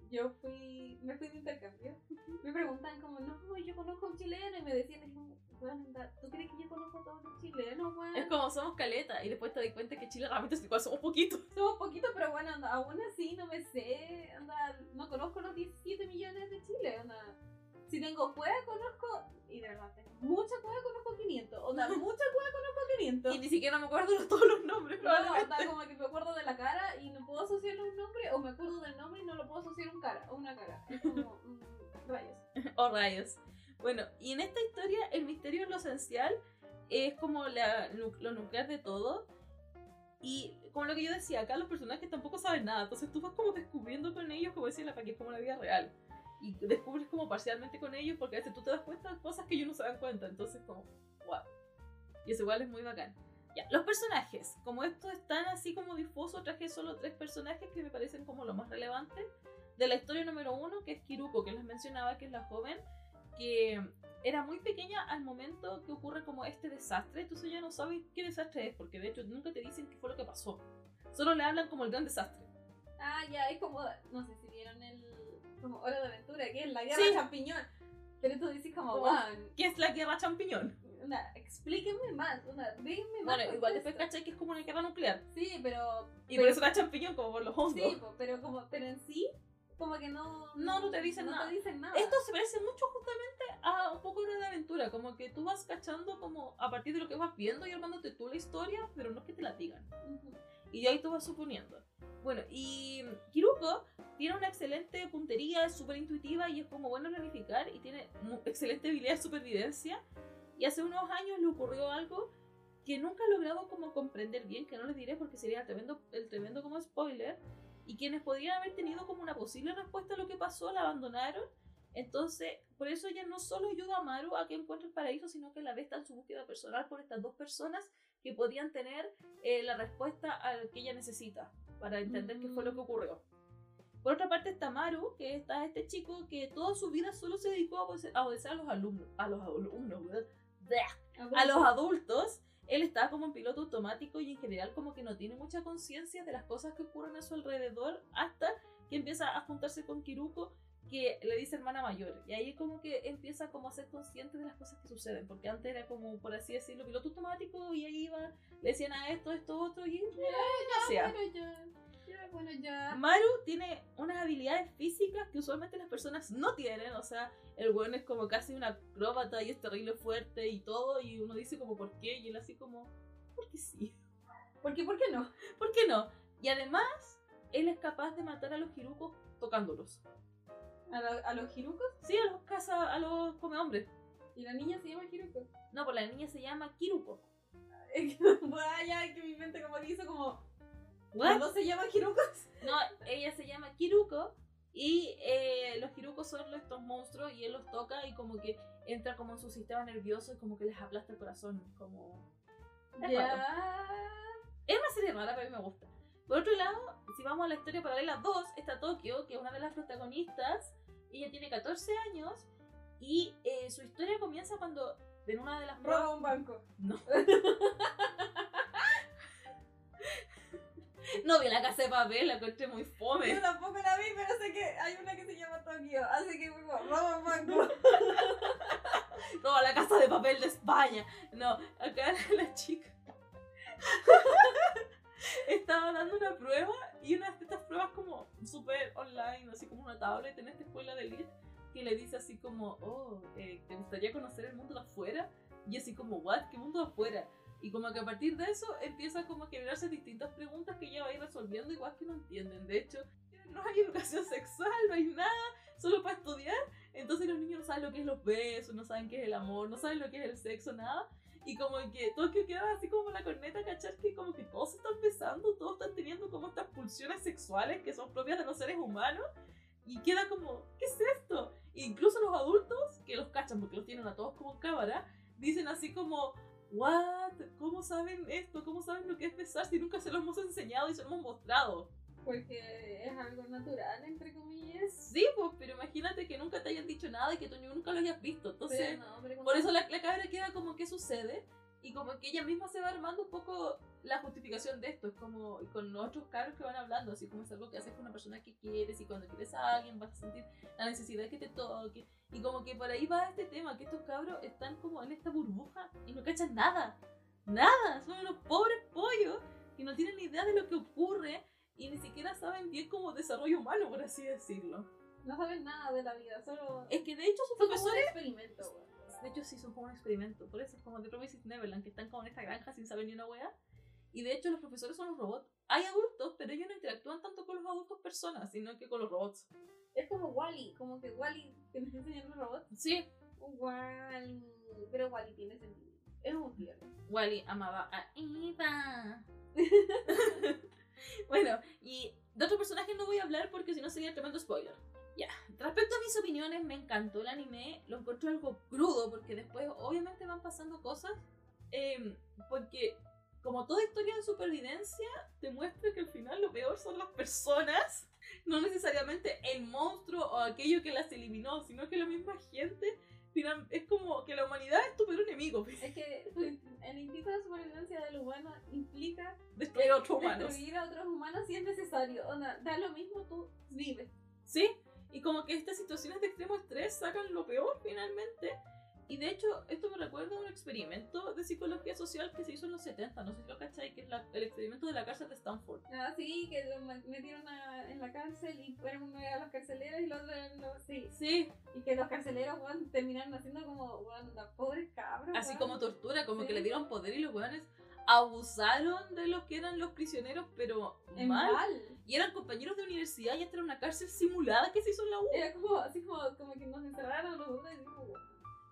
Speaker 1: yo fui, me fui de intercambio, me preguntan como, no, yo conozco a un chileno, y me decían, es como, "Weón, anda, ¿tú crees que yo conozco a todos los chilenos, weón?
Speaker 2: Es como somos caleta y después te das cuenta que Chile realmente es igual, somos poquitos.
Speaker 1: Somos poquitos, pero bueno, anda, aún así no me sé, anda, no conozco los 17 millones de Chile, anda. Si tengo cueva, conozco, y de verdad, tengo mucha cueva, conozco 500, onda, mucha cueva, conozco 500.
Speaker 2: Y ni siquiera me acuerdo de todos los nombres, [LAUGHS]
Speaker 1: No,
Speaker 2: probablemente.
Speaker 1: onda, como que me acuerdo de la cara y no puedo asociarle un nombre, o me acuerdo del nombre y no lo puedo asociar a un cara, a una cara. Es como,
Speaker 2: [LAUGHS]
Speaker 1: mm, rayos.
Speaker 2: Oh, rayos. Bueno, y en esta historia, el misterio es lo esencial, es como la, nu- lo nuclear de todo. Y como lo que yo decía, acá los personajes tampoco saben nada, entonces tú vas como descubriendo con ellos, como decía la Paqui, es como la vida real. Y descubres como parcialmente con ellos, porque a veces tú te das cuenta de cosas que ellos no se dan cuenta, entonces como, wow. Y eso igual es muy bacán. Ya, los personajes, como estos están así como difusos, traje solo tres personajes que me parecen como lo más relevante de la historia número uno, que es Kiruko, que les mencionaba, que es la joven, que era muy pequeña al momento que ocurre como este desastre, entonces ya no sabe qué desastre es, porque de hecho nunca te dicen qué fue lo que pasó. Solo le hablan como el gran desastre.
Speaker 1: Ah, ya, es como, no sé si vieron el, como Hora de Aventura, que es la guerra
Speaker 2: Sí.
Speaker 1: champiñón. Pero tú dices como,
Speaker 2: Como-
Speaker 1: wow,
Speaker 2: ¿Qué es la guerra champiñón?
Speaker 1: Una, explíquenme más, una, déjenme más.
Speaker 2: [LAUGHS] Bueno, igual después
Speaker 1: contexto.
Speaker 2: cachai que es como una guerra nuclear.
Speaker 1: Sí, pero.
Speaker 2: Y
Speaker 1: pero-
Speaker 2: por eso la champiñón, como por los hondos.
Speaker 1: Sí, po, pero, como, pero en sí, como que no.
Speaker 2: No, no te dicen
Speaker 1: no
Speaker 2: nada.
Speaker 1: te dicen nada.
Speaker 2: Esto se parece mucho justamente a un poco Hora de aventura, como que tú vas cachando como a partir de lo que vas viendo y armándote tú la historia, pero no es que te la digan.
Speaker 1: Ujú.
Speaker 2: Y de ahí tú vas suponiendo. Bueno, y Kiruko tiene una excelente puntería, es súper intuitiva y es como bueno planificar y tiene mu- excelente habilidad de supervivencia. Y hace unos años le ocurrió algo que nunca he logrado como comprender bien, que no les diré porque sería el tremendo, el tremendo como spoiler. Y quienes podrían haber tenido como una posible respuesta a lo que pasó, la abandonaron. Entonces, por eso ella no solo ayuda a Maru a que encuentre el paraíso, sino que a la vez está en su búsqueda personal por estas dos personas que podían tener eh, la respuesta a lo que ella necesita para entender qué fue lo que ocurrió. Por otra parte está Maru, que está este chico que toda su vida solo se dedicó a obede- a obedecer a los alumnos, a los alumnos, ¿verdad? a los
Speaker 1: Ah,
Speaker 2: adultos. Él está como en piloto automático y en general como que no tiene mucha conciencia de las cosas que ocurren a su alrededor hasta que empieza a juntarse con Kiruko que le dice hermana mayor y ahí como que empieza como a ser consciente de las cosas que suceden porque antes era como por así decirlo piloto automático y ahí iba le decían a esto esto otro y
Speaker 1: Ya,
Speaker 2: sea.
Speaker 1: bueno, ya. Ya, bueno, ya.
Speaker 2: Maru tiene unas habilidades físicas que usualmente las personas no tienen, o sea, el weón es como casi un acróbata y es terrible fuerte y todo, y uno dice como por qué, y él así como, porque sí, [LAUGHS]
Speaker 1: ¿Por qué, por qué no?
Speaker 2: ¿por qué no? Y además, él es capaz de matar a los jirucos tocándolos.
Speaker 1: A, lo- a los Hirucos.
Speaker 2: Sí, a los caza, a los come hombres.
Speaker 1: Y la niña se llama Hiruko. [LAUGHS]
Speaker 2: No, pues la niña se llama Kiruko.
Speaker 1: Vaya, que mi mente como que hizo como. ¿Las dos se llaman [LAUGHS] Hirukos?
Speaker 2: No, ella se llama Kiruko y eh, los Kirukos son los- estos monstruos y él los toca y como que entra como en su sistema nervioso y como que les aplasta el corazón, como... Es
Speaker 1: Ya.
Speaker 2: Es una serie rara, pero a mí me gusta. Por otro lado, si vamos a la historia paralela 2, está Tokio, que es una de las protagonistas. Ella tiene 14 años y eh, su historia comienza cuando en una de las
Speaker 1: Roba un banco.
Speaker 2: No vi la casa de papel, la encontré muy fome.
Speaker 1: Yo tampoco la vi, pero sé que hay una que se llama Tokio. Así que, por favor, Roma Banco.
Speaker 2: [LAUGHS] Roba la casa de papel de España. No, acá [LAUGHS] la chica estaba dando una prueba y una de estas pruebas como súper online, así como una tablet en esta escuela de elite que le dice así como, oh, eh, ¿te gustaría conocer el mundo de afuera? Y así como, what, ¿qué mundo de afuera? Y como que a partir de eso empieza como a generarse distintas preguntas que ella va a ir resolviendo igual que no entienden. De hecho, no hay educación sexual, no hay nada, solo para estudiar. Entonces los niños no saben lo que es los besos, no saben qué es el amor, no saben lo que es el sexo, nada. Y como que Tokio queda así como la corneta, ¿cachar? Que como que todos se están besando, todos están teniendo como estas pulsiones sexuales que son propias de los seres humanos. Y queda como, ¿qué es esto? E incluso los adultos, que los cachan porque los tienen a todos como en cámara, dicen así como, ¿what? ¿Cómo saben esto? ¿Cómo saben lo que es besar si nunca se lo hemos enseñado y se lo hemos mostrado?
Speaker 1: [LAUGHS] Porque es algo natural, entre comillas.
Speaker 2: Sí, pues, pero imagínate que nunca te hayan dicho nada y que tú nunca lo hayas visto.
Speaker 1: Pero
Speaker 2: Entonces,
Speaker 1: no, pero
Speaker 2: por eso la, la cabra queda como que sucede y como que ella misma se va armando un poco la justificación de esto. Es como con los otros cabros que van hablando, así como es algo que haces con una persona que quieres y cuando quieres a alguien vas a sentir la necesidad de que te toque. Y como que por ahí va este tema, que estos cabros están como en esta burbuja y no cachan nada. Nada, son unos pobres pollos que no tienen ni idea de lo que ocurre y ni siquiera saben bien como desarrollo humano, por así decirlo.
Speaker 1: No saben nada de la vida, solo.
Speaker 2: Es que de hecho sus
Speaker 1: Fue como
Speaker 2: profesores
Speaker 1: un experimento, güey.
Speaker 2: de hecho, sí, son como un experimento. Por eso es como The Promises Neverland, que están como en esta granja sin saber ni una wea. Y de hecho, los profesores son los robots. Hay adultos, pero ellos no interactúan tanto con los adultos personas, sino que con los robots.
Speaker 1: Es como Wally, como que Wally, que nos enseñan los robots.
Speaker 2: Sí,
Speaker 1: Wally. Pero Wally tiene sentido. Es un tierno.
Speaker 2: Wally amaba a Eva. bueno, y de otro personaje no voy a hablar porque si no sería tremendo spoiler. Ya, respecto a mis opiniones, me encantó el anime, lo encontré algo crudo porque después obviamente van pasando cosas, eh, porque como toda historia de supervivencia, te muestra que al final lo peor son las personas, no necesariamente el monstruo o aquello que las eliminó, sino que la misma gente, final- es como que la humanidad es tu peor enemigo,
Speaker 1: Es que tu in- el instinto de supervivencia del humano implica
Speaker 2: destruir a otros humanos.
Speaker 1: destruir a otros humanos si es necesario. O sea, da lo mismo, tú vives.
Speaker 2: ¿Sí? Y como que estas situaciones de extremo estrés sacan lo peor finalmente. Y de hecho, esto me recuerda a un experimento de psicología social que se hizo en los 70, no sé si lo cacháis, que es la- el experimento de la cárcel de Stanford.
Speaker 1: Así que lo ma- metieron a- en la cárcel y fueron uno a los carceleros y el otro en los. Sí.
Speaker 2: Sí,
Speaker 1: Y que los carceleros weón, terminaron haciendo como, bueno, pobres cabros.
Speaker 2: así
Speaker 1: weón.
Speaker 2: como tortura, como que
Speaker 1: Sí.
Speaker 2: le dieron poder y los weones abusaron de los que eran los prisioneros, pero
Speaker 1: En
Speaker 2: mal.
Speaker 1: mal.
Speaker 2: Y eran compañeros de universidad y esta era una cárcel simulada que se hizo en la U.
Speaker 1: Era como, así como, como que nos encerraron los dos y dijo,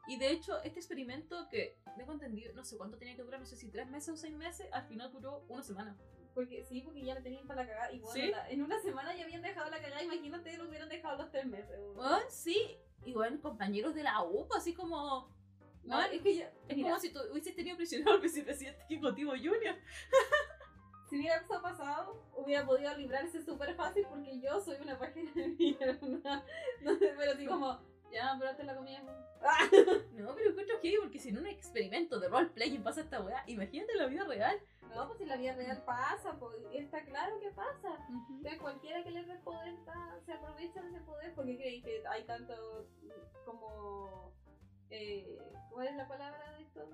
Speaker 2: Y de hecho, este experimento que tengo entendido, no sé cuánto tenía que durar, no sé si tres meses o seis meses, al final duró una semana.
Speaker 1: porque sí, porque ya la tenían para la cagada. Y bueno,
Speaker 2: ¿Sí?
Speaker 1: la- en una semana ya habían dejado la cagada, imagínate, lo hubieran dejado los tres meses. weón.
Speaker 2: Weón, Pues, sí. Y bueno, compañeros de la UPA, así como.
Speaker 1: No,
Speaker 2: weón,
Speaker 1: es que yo,
Speaker 2: es
Speaker 1: mira,
Speaker 2: como si tú hubieses tenido prisionero al [LAUGHS] vicepresidente ejecutivo Junior.
Speaker 1: si hubiera eso pasado, hubiera podido librarse súper fácil porque yo soy una página de mierda. [LAUGHS] No sé, pero así como, ya, pero te la comida. ¡Ah!
Speaker 2: No, pero encuentro que porque si en un experimento de roleplaying pasa esta weá, imagínate la vida real.
Speaker 1: No, pues si la vida real pasa, pues, está claro que pasa. Entonces, cualquiera que le dé poder da- se aprovecha de ese poder porque creen que hay tanto como. Eh, ¿Cuál es la palabra de esto?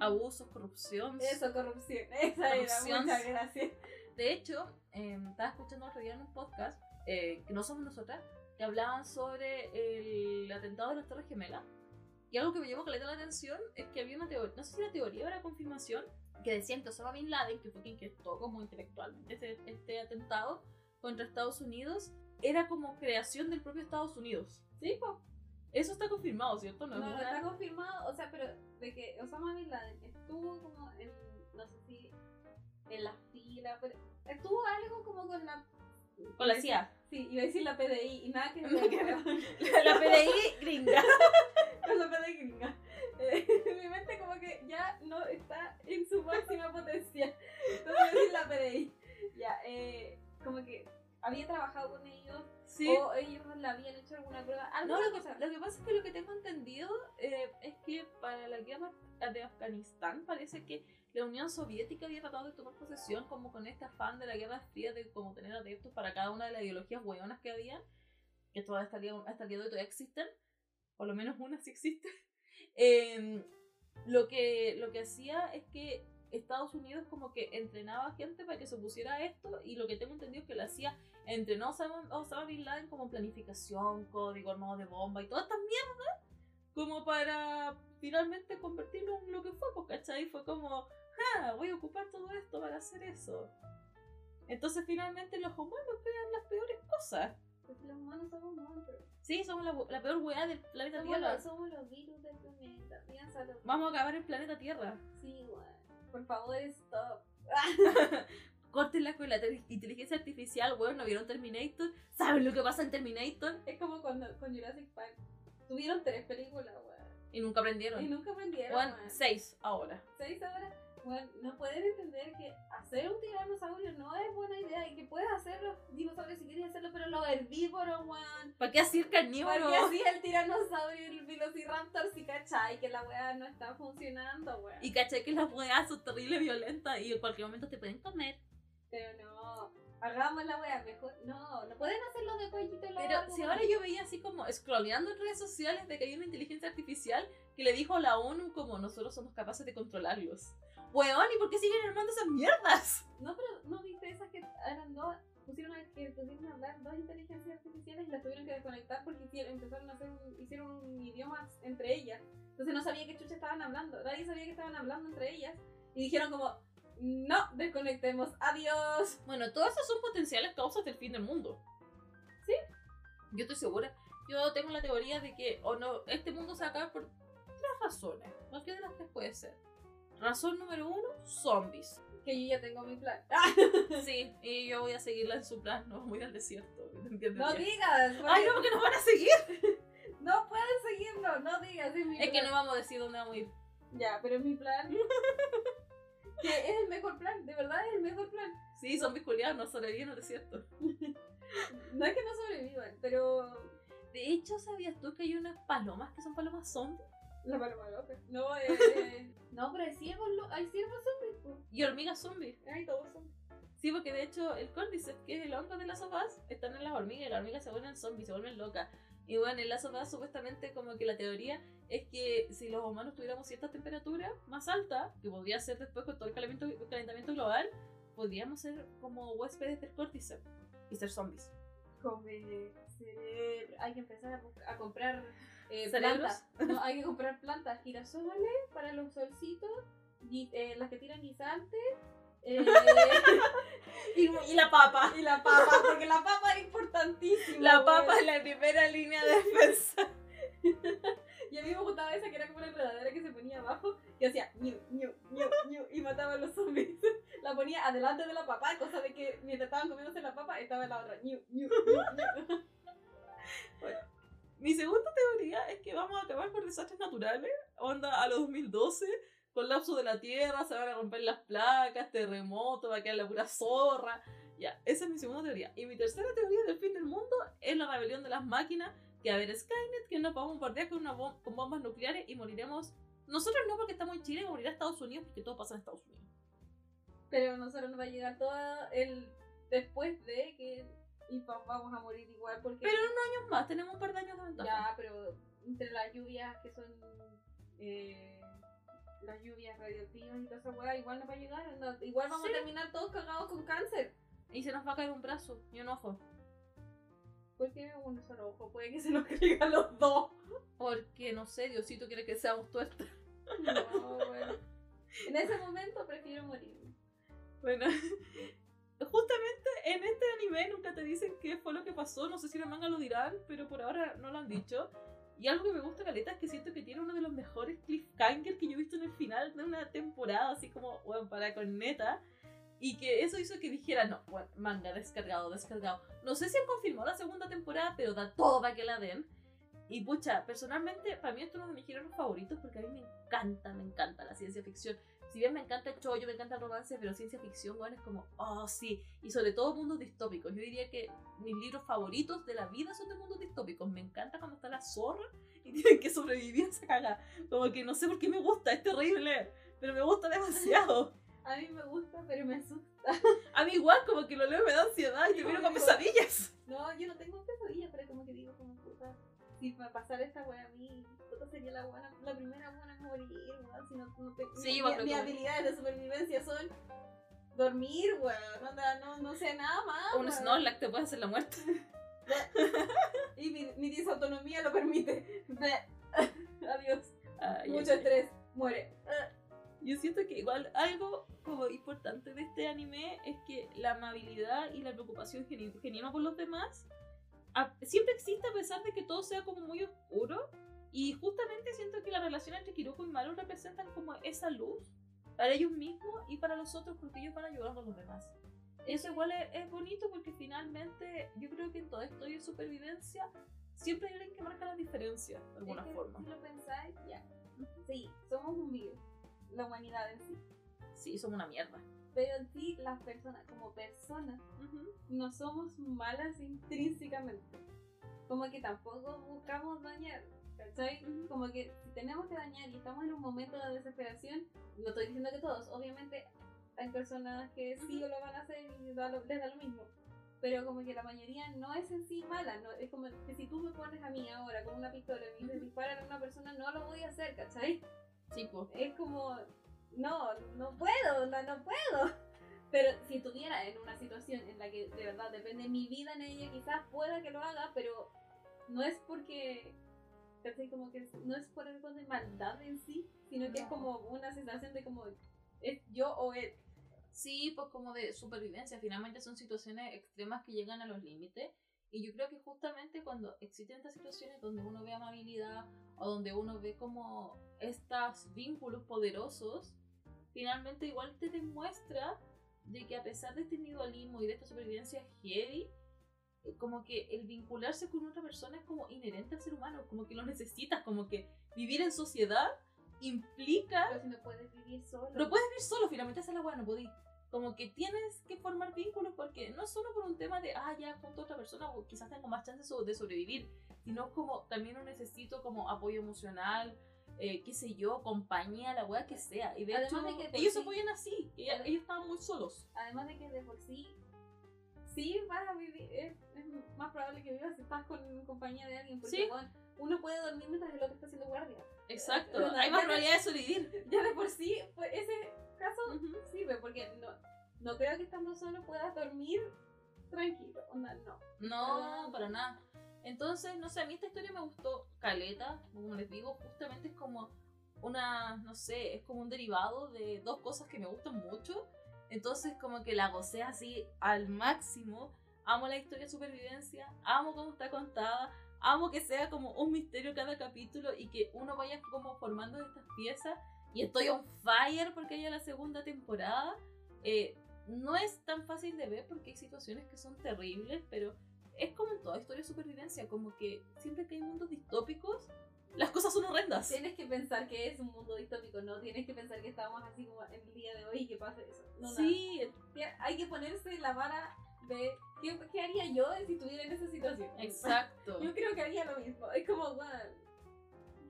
Speaker 2: Abusos, corrupción.
Speaker 1: Eso, corrupción. [LAUGHS] Esa era,
Speaker 2: Corrupción.
Speaker 1: muchas gracias.
Speaker 2: De hecho, eh, estaba escuchando otro día en un podcast, eh, que no somos nosotras, que hablaban sobre el atentado de las Torres Gemelas. Y algo que me llamó caleta la atención es que había una teoría, no sé si era teoría o era confirmación, que decían que Osama Bin Laden, que fue quien gestó como intelectualmente este, este atentado contra Estados Unidos, era como creación del propio Estados Unidos.
Speaker 1: Sí, pues.
Speaker 2: Eso está confirmado, ¿cierto? No,
Speaker 1: No,
Speaker 2: es
Speaker 1: no
Speaker 2: una-
Speaker 1: está confirmado, o sea, pero de que Osama Bin Laden estuvo como en, no sé si en la fila, pero estuvo algo como con la...
Speaker 2: Con la CIA.
Speaker 1: Sí, iba a decir la PDI y nada que
Speaker 2: [LAUGHS] Nada
Speaker 1: ver
Speaker 2: que ver.
Speaker 1: con
Speaker 2: La PDI gringa.
Speaker 1: la PDI gringa. Eh, [LAUGHS] mi mente como que ya no está en su máxima potencia. Entonces voy a decir la PDI. Ya, eh, como que había trabajado con ellos
Speaker 2: Sí.
Speaker 1: o ellos le habían hecho alguna prueba.
Speaker 2: No,
Speaker 1: Alguna
Speaker 2: lo que,
Speaker 1: cosa.
Speaker 2: lo que pasa es que lo que tengo entendido eh, es que para para la guerra de Afganistán, parece que la Unión Soviética había tratado de tomar posesión como con este afán de la Guerra Fría de como tener adeptos para cada una de las ideologías hueonas que había, que todavía hasta el día, hasta el día de hoy todavía existen, por lo menos una sí existe. [LAUGHS] Em, lo, que, lo que hacía es que Estados Unidos como que entrenaba gente para que se opusiera a esto y lo que tengo entendido es que la hacía entrenó a Osama, a Osama Bin Laden como en planificación, código armado de bomba y toda esta mierda como para finalmente convertirlo en lo que fue, pues, ¿cachai? Fue como, ah, voy a ocupar todo esto para hacer eso. Entonces finalmente los humanos crean las peores cosas.
Speaker 1: Porque los humanos somos monstruos.
Speaker 2: Sí, somos la, la peor weá del planeta
Speaker 1: Somos los,
Speaker 2: Tierra.
Speaker 1: somos los virus del planeta. Piénsalo.
Speaker 2: Vamos a acabar el planeta Tierra.
Speaker 1: Sí, weón. Por favor, stop.
Speaker 2: Córtenla con la te- inteligencia artificial, weón, ¿no vieron Terminator? ¿Saben lo que pasa en Terminator?
Speaker 1: Es como cuando con Jurassic Park. Tuvieron tres películas, weón.
Speaker 2: Y nunca aprendieron.
Speaker 1: Y nunca aprendieron.
Speaker 2: Weón,
Speaker 1: weón.
Speaker 2: seis ahora.
Speaker 1: seis horas, bueno, no pueden entender que hacer un tiranosaurio no es buena idea y que puedes hacerlo, dinosaurios si quieres hacerlo, pero los herbívoros, weón.
Speaker 2: ¿Para qué hacer carnívoro?
Speaker 1: Porque así el tiranosaurio y el velociraptor, si cachai, que la weá no está funcionando, weón.
Speaker 2: Y caché que las weas son terribles violentas y en cualquier momento te pueden comer.
Speaker 1: Pero no, hagamos la weá, mejor. No, no pueden hacerlo de cuellito en la
Speaker 2: Pero
Speaker 1: boca,
Speaker 2: si
Speaker 1: weón.
Speaker 2: ahora yo veía así como scrolleando en redes sociales de que hay una inteligencia artificial que le dijo a la ONU como nosotros somos capaces de controlarlos. Weón, ¿y por qué siguen armando esas mierdas?
Speaker 1: No, pero no viste esas que eran dos, pusieron a, que pusieron a hablar dos inteligencias artificiales y las tuvieron que desconectar porque hicieron, empezaron a hacer un- hicieron un idioma entre ellas. Entonces no sabía qué chucha estaban hablando, nadie sabía que estaban hablando entre ellas. Y dijeron como, no, desconectemos, adiós.
Speaker 2: Bueno, todas esas son potenciales causas del fin del mundo.
Speaker 1: Sí.
Speaker 2: Yo estoy segura. Yo tengo la teoría de que o no, este mundo se acaba por tres razones. Cualquiera de las tres puede ser. Razón número uno, zombies.
Speaker 1: Que yo ya tengo mi plan. [LAUGHS] ¡Ah!
Speaker 2: Sí, y yo voy a seguirla en su plan, no voy al desierto. ¿entiendes?
Speaker 1: no digas, porque
Speaker 2: Ay, no, porque nos van a seguir.
Speaker 1: no puedes seguirlo, no digas, es mi
Speaker 2: Es que
Speaker 1: plan.
Speaker 2: no vamos a decir dónde vamos a ir.
Speaker 1: Ya, pero es mi
Speaker 2: [LAUGHS]
Speaker 1: plan. que es el mejor plan, de verdad es el mejor plan.
Speaker 2: Sí, son culiados, no sobreviven al desierto.
Speaker 1: No es que no sobrevivan, pero
Speaker 2: De hecho, ¿sabías tú que hay unas palomas que son palomas zombies?
Speaker 1: La paloma loca. No, eh. no, pero hay ciervos, lo- hay ciervos zombies, po.
Speaker 2: Y hormigas zombies.
Speaker 1: Hay todos zombies.
Speaker 2: Sí, porque de hecho el cordyceps, que es el hongo de las sofás, están en las hormigas y las hormigas se vuelven zombies, se vuelven locas. Y bueno, en las sofás supuestamente como que la teoría es que si los humanos tuviéramos cierta temperatura más alta, que podría ser después con todo el calentamiento, el calentamiento global, podríamos ser como huéspedes del cordyceps y ser zombies.
Speaker 1: Come cerebro. Hay que empezar a, buscar- a comprar eh,
Speaker 2: ¿Cerebros?
Speaker 1: plantas. No, hay que comprar plantas girasoles para los solcitos, gui- eh, las que tiran guisantes. eh,
Speaker 2: Y, y la papa.
Speaker 1: [LAUGHS] y la papa, porque la papa es importantísima.
Speaker 2: La
Speaker 1: weón.
Speaker 2: papa es la primera línea de defensa.
Speaker 1: Y a mí me gustaba esa que era como una enredadera que se ponía abajo que hacía ñu, ñu, ñu, ñu y mataba a los zombies. [LAUGHS] La ponía adelante de la papa, cosa de que mientras estaban comiéndose la papa estaba la otra ñu, ñu, ñu, ñu.
Speaker 2: Mi segunda teoría es que vamos a acabar por desastres naturales, onda a los 2012, colapso de la tierra, se van a romper las placas, terremoto, va a quedar la pura zorra. Ya, esa es mi segunda teoría. Y mi tercera teoría del fin del mundo es la rebelión de las máquinas, que a ver Skynet, que nos vamos a bombardear con, una bom- con bombas nucleares y moriremos. Nosotros no porque estamos en Chile, morirá Estados Unidos porque todo pasa en Estados Unidos.
Speaker 1: Pero a nosotros nos va a llegar todo el después de que y pa- vamos a morir igual porque
Speaker 2: Pero unos años más, tenemos un par de años de ventaja.
Speaker 1: ya, pero entre las lluvias que son eh, las lluvias radioactivas y toda esa weá, igual nos va a llegar, onda, igual vamos
Speaker 2: Sí.
Speaker 1: a terminar todos cagados con cáncer.
Speaker 2: Y se nos va a caer un brazo y un ojo.
Speaker 1: Porque uno solo ojo, puede que se nos [LAUGHS] caigan los dos.
Speaker 2: Porque, no sé, Diosito quiere que seamos tuertos.
Speaker 1: No, bueno. En ese momento prefiero morir.
Speaker 2: Bueno, [LAUGHS] justamente en este anime nunca te dicen qué fue lo que pasó, no sé si en el manga lo dirán, pero por ahora no lo han dicho. Y algo que me gusta, Caleta, es que siento que tiene uno de los mejores cliffhangers que yo he visto en el final de una temporada, así como, bueno, para con neta. Y que eso hizo que dijera, no, bueno, manga descargado, descargado. No sé si han confirmado la segunda temporada, pero da todo para que la den. Y pucha, personalmente, para mí esto es uno de mis géneros favoritos porque a mí me encanta, me encanta la ciencia ficción si bien me encanta el chollo, me encanta el romance, pero ciencia ficción, bueno, es como, oh, sí. Y sobre todo mundos distópicos. Yo diría que mis libros favoritos de la vida son de mundos distópicos. Me encanta cuando está la zorra y [LAUGHS] tienen que sobrevivir a esa caga. Como que no sé por qué me gusta, es terrible, pero me gusta [LAUGHS] demasiado.
Speaker 1: A mí me gusta, pero me asusta.
Speaker 2: A mí igual, como que lo leo y me da ansiedad y termino con pesadillas.
Speaker 1: No, yo no tengo pesadilla, pero como que digo, como puta, si me pasara esta wea a mí, puta sería la buena, la primera buena en morir, weón. Si no, no te-
Speaker 2: Sí,
Speaker 1: mi-
Speaker 2: pues, yo me
Speaker 1: mi,
Speaker 2: preocupo.
Speaker 1: habilidades de supervivencia son dormir, weón. onda, No, no sé nada más.
Speaker 2: Un
Speaker 1: weón.
Speaker 2: Snorlax te puede hacer la muerte.
Speaker 1: Y mi, mi disautonomía lo permite. [LAUGHS] Adiós.
Speaker 2: [LAUGHS] Ay,
Speaker 1: Mucho
Speaker 2: ay, ay.
Speaker 1: estrés. Muere. Ah,
Speaker 2: Yo siento que igual algo como importante de este anime es que la amabilidad y la preocupación geni- genuina por los demás a- siempre existe a pesar de que todo sea como muy oscuro. Y justamente siento que la relación entre Kiroko y Maru representan como esa luz para ellos mismos y para los otros porque ellos van ayudando a los demás. Eso igual es, es bonito porque finalmente yo creo que en todo esto y en supervivencia siempre hay alguien que marca la diferencia de alguna
Speaker 1: Es que
Speaker 2: forma.
Speaker 1: Si lo pensáis, ya. Sí, somos un virus. La humanidad en sí.
Speaker 2: Sí, somos una mierda.
Speaker 1: Pero en sí, las personas, como personas, no somos malas intrínsecamente. Como que tampoco buscamos dañar, ¿cachai?
Speaker 2: Ujú.
Speaker 1: Como que si tenemos que dañar y estamos en un momento de desesperación, no estoy diciendo que todos, obviamente hay personas que sí lo van a hacer y da lo- les da lo mismo. Pero como que la mayoría no es en sí mala, no, es como que si tú me pones a mí ahora con una pistola y me dices
Speaker 2: Ujú.
Speaker 1: disparar a una persona, no lo voy a hacer, ¿cachai?
Speaker 2: Sí, pues.
Speaker 1: es como, no, no puedo, no, no puedo. Pero si estuviera en una situación en la que de verdad depende mi vida en ella, quizás pueda que lo haga, pero no es porque, ¿cachai? como que no es por algo de maldad en sí, sino que es
Speaker 2: No.
Speaker 1: como una sensación de como, es yo o él.
Speaker 2: Sí, pues como de supervivencia. Finalmente son situaciones extremas que llegan a los límites. Y yo creo que justamente cuando existen estas situaciones donde uno ve amabilidad o donde uno ve como estos vínculos poderosos, finalmente igual te demuestra de que a pesar de este individualismo y de esta supervivencia heavy, eh, como que el vincularse con otra persona es como inherente al ser humano, como que lo necesitas, como que vivir en sociedad implica
Speaker 1: Pero si no puedes vivir solo.
Speaker 2: no puedes vivir solo, finalmente esa es la weá, no podí. Como que tienes que formar vínculos porque no es solo por un tema de, ah, ya junto a otra persona o quizás tengo más chances so- de sobrevivir, sino como también lo necesito como apoyo emocional, eh, qué sé yo, compañía, la weá que sea. Y de
Speaker 1: Además
Speaker 2: hecho,
Speaker 1: de que por
Speaker 2: ellos
Speaker 1: sí-
Speaker 2: se apoyan así, que
Speaker 1: Adem-
Speaker 2: ellos estaban muy solos.
Speaker 1: Además de que de por sí, sí vas a vivir, es, es más probable que vivas si estás con compañía de alguien, porque
Speaker 2: Sí.
Speaker 1: bueno, uno puede dormir mientras el otro está haciendo guardia.
Speaker 2: Exacto,
Speaker 1: Eh, Bueno,
Speaker 2: hay más
Speaker 1: ya-
Speaker 2: probabilidad
Speaker 1: [LAUGHS]
Speaker 2: de sobrevivir.
Speaker 1: Ya de por sí, pues ese caso
Speaker 2: Ujú.
Speaker 1: sirve, porque no, no creo que estando solo puedas dormir tranquilo. Onda, no.
Speaker 2: No, para nada. Entonces, no sé, a mí esta historia me gustó caleta, como les digo, justamente es como una, no sé, es como un derivado de dos cosas que me gustan mucho. Entonces, como que la gocé así al máximo. Amo la historia de supervivencia, amo cómo está contada, amo que sea como un misterio cada capítulo y que uno vaya como formando estas piezas. Y estoy on fire porque haya la segunda temporada. Eh, no es tan fácil de ver porque hay situaciones que son terribles, pero es como en toda historia de supervivencia, como que siempre que hay mundos distópicos, las cosas son horrendas.
Speaker 1: Tienes que pensar que es un mundo distópico, no tienes que pensar que estamos así como en el día de hoy y que pase eso. No,
Speaker 2: sí,
Speaker 1: nada. Tie- Hay que ponerse la vara de ¿qué, qué haría yo si estuviera en esa situación.
Speaker 2: exacto.
Speaker 1: Yo creo que haría lo mismo. Es como, bueno,
Speaker 2: [LAUGHS]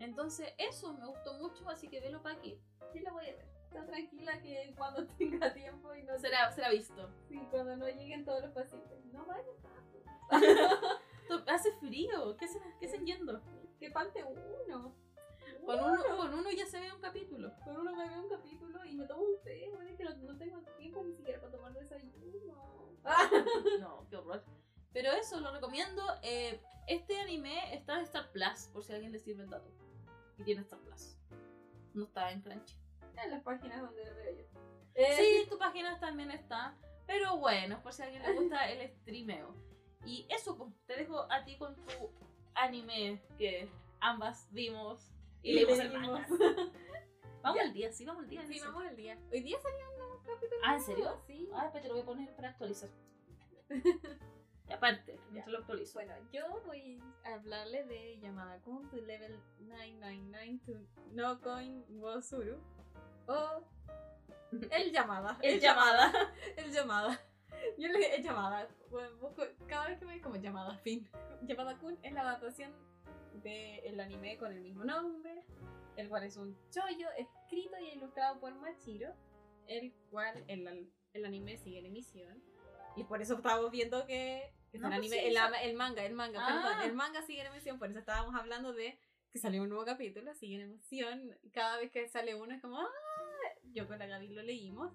Speaker 2: Entonces, eso me gustó mucho, así que velo para aquí.
Speaker 1: sí lo voy a ver. Está tranquila que cuando [LAUGHS] tenga tiempo y no
Speaker 2: Será, será visto.
Speaker 1: sí, cuando no lleguen todos los pacientes. No vaya.
Speaker 2: To- Hace frío, ¿qué hacen, qué hacen yendo?
Speaker 1: Que falte uno.
Speaker 2: Con uno, con uno ya se ve un capítulo.
Speaker 1: Con uno me veo un capítulo y me tomo un té, bueno, es que no, no tengo tiempo ni siquiera para tomar desayuno. [LAUGHS]
Speaker 2: [LAUGHS] No, qué horror. Pero eso, lo recomiendo. eh, este anime está en Star Plus, por si a alguien le sirve el dato. Y tiene Star Plus. No está en Crunchy.
Speaker 1: En las páginas donde lo veo yo. Eh,
Speaker 2: Sí, en tu página también está. Pero bueno, por si a alguien le gusta el streameo. Y eso, pues, te dejo a ti con tu anime que ambas vimos y leímos
Speaker 3: [LAUGHS]
Speaker 2: el manga. Vamos
Speaker 1: Ya.
Speaker 2: al día, sí, vamos al día.
Speaker 3: Sí,
Speaker 2: eso.
Speaker 3: vamos al día. Hoy día salió un capítulo.
Speaker 2: Ah, ¿en serio?
Speaker 3: nuevo, Sí.
Speaker 2: Ah, pero te lo voy a poner para actualizar. Y aparte, mientras lo actualizo.
Speaker 3: Bueno, yo voy a hablarle de Yamada Kun to
Speaker 1: [LAUGHS]
Speaker 3: Level 999 to No Coin Wosuru. O
Speaker 1: El llamada.
Speaker 2: El llamada.
Speaker 1: [LAUGHS] El llamada. Yo le el llamada. Bueno, busco- cada vez que me como llamada, fin. Llamada Kun es la adaptación del anime con el mismo nombre, el cual es un chollo escrito y ilustrado por Machiro, el cual el, el anime sigue en emisión. Y por eso estábamos viendo que, que
Speaker 2: No,
Speaker 1: el,
Speaker 2: pues
Speaker 1: anime,
Speaker 2: sí,
Speaker 1: el,
Speaker 2: esa-
Speaker 1: ama- el manga, el manga,
Speaker 2: Ah.
Speaker 1: perdón, el manga sigue en emisión, por eso estábamos hablando de que salió un nuevo capítulo, sigue en emisión. Cada vez que sale uno es como, ¡ah! Yo con la Gaby lo leímos.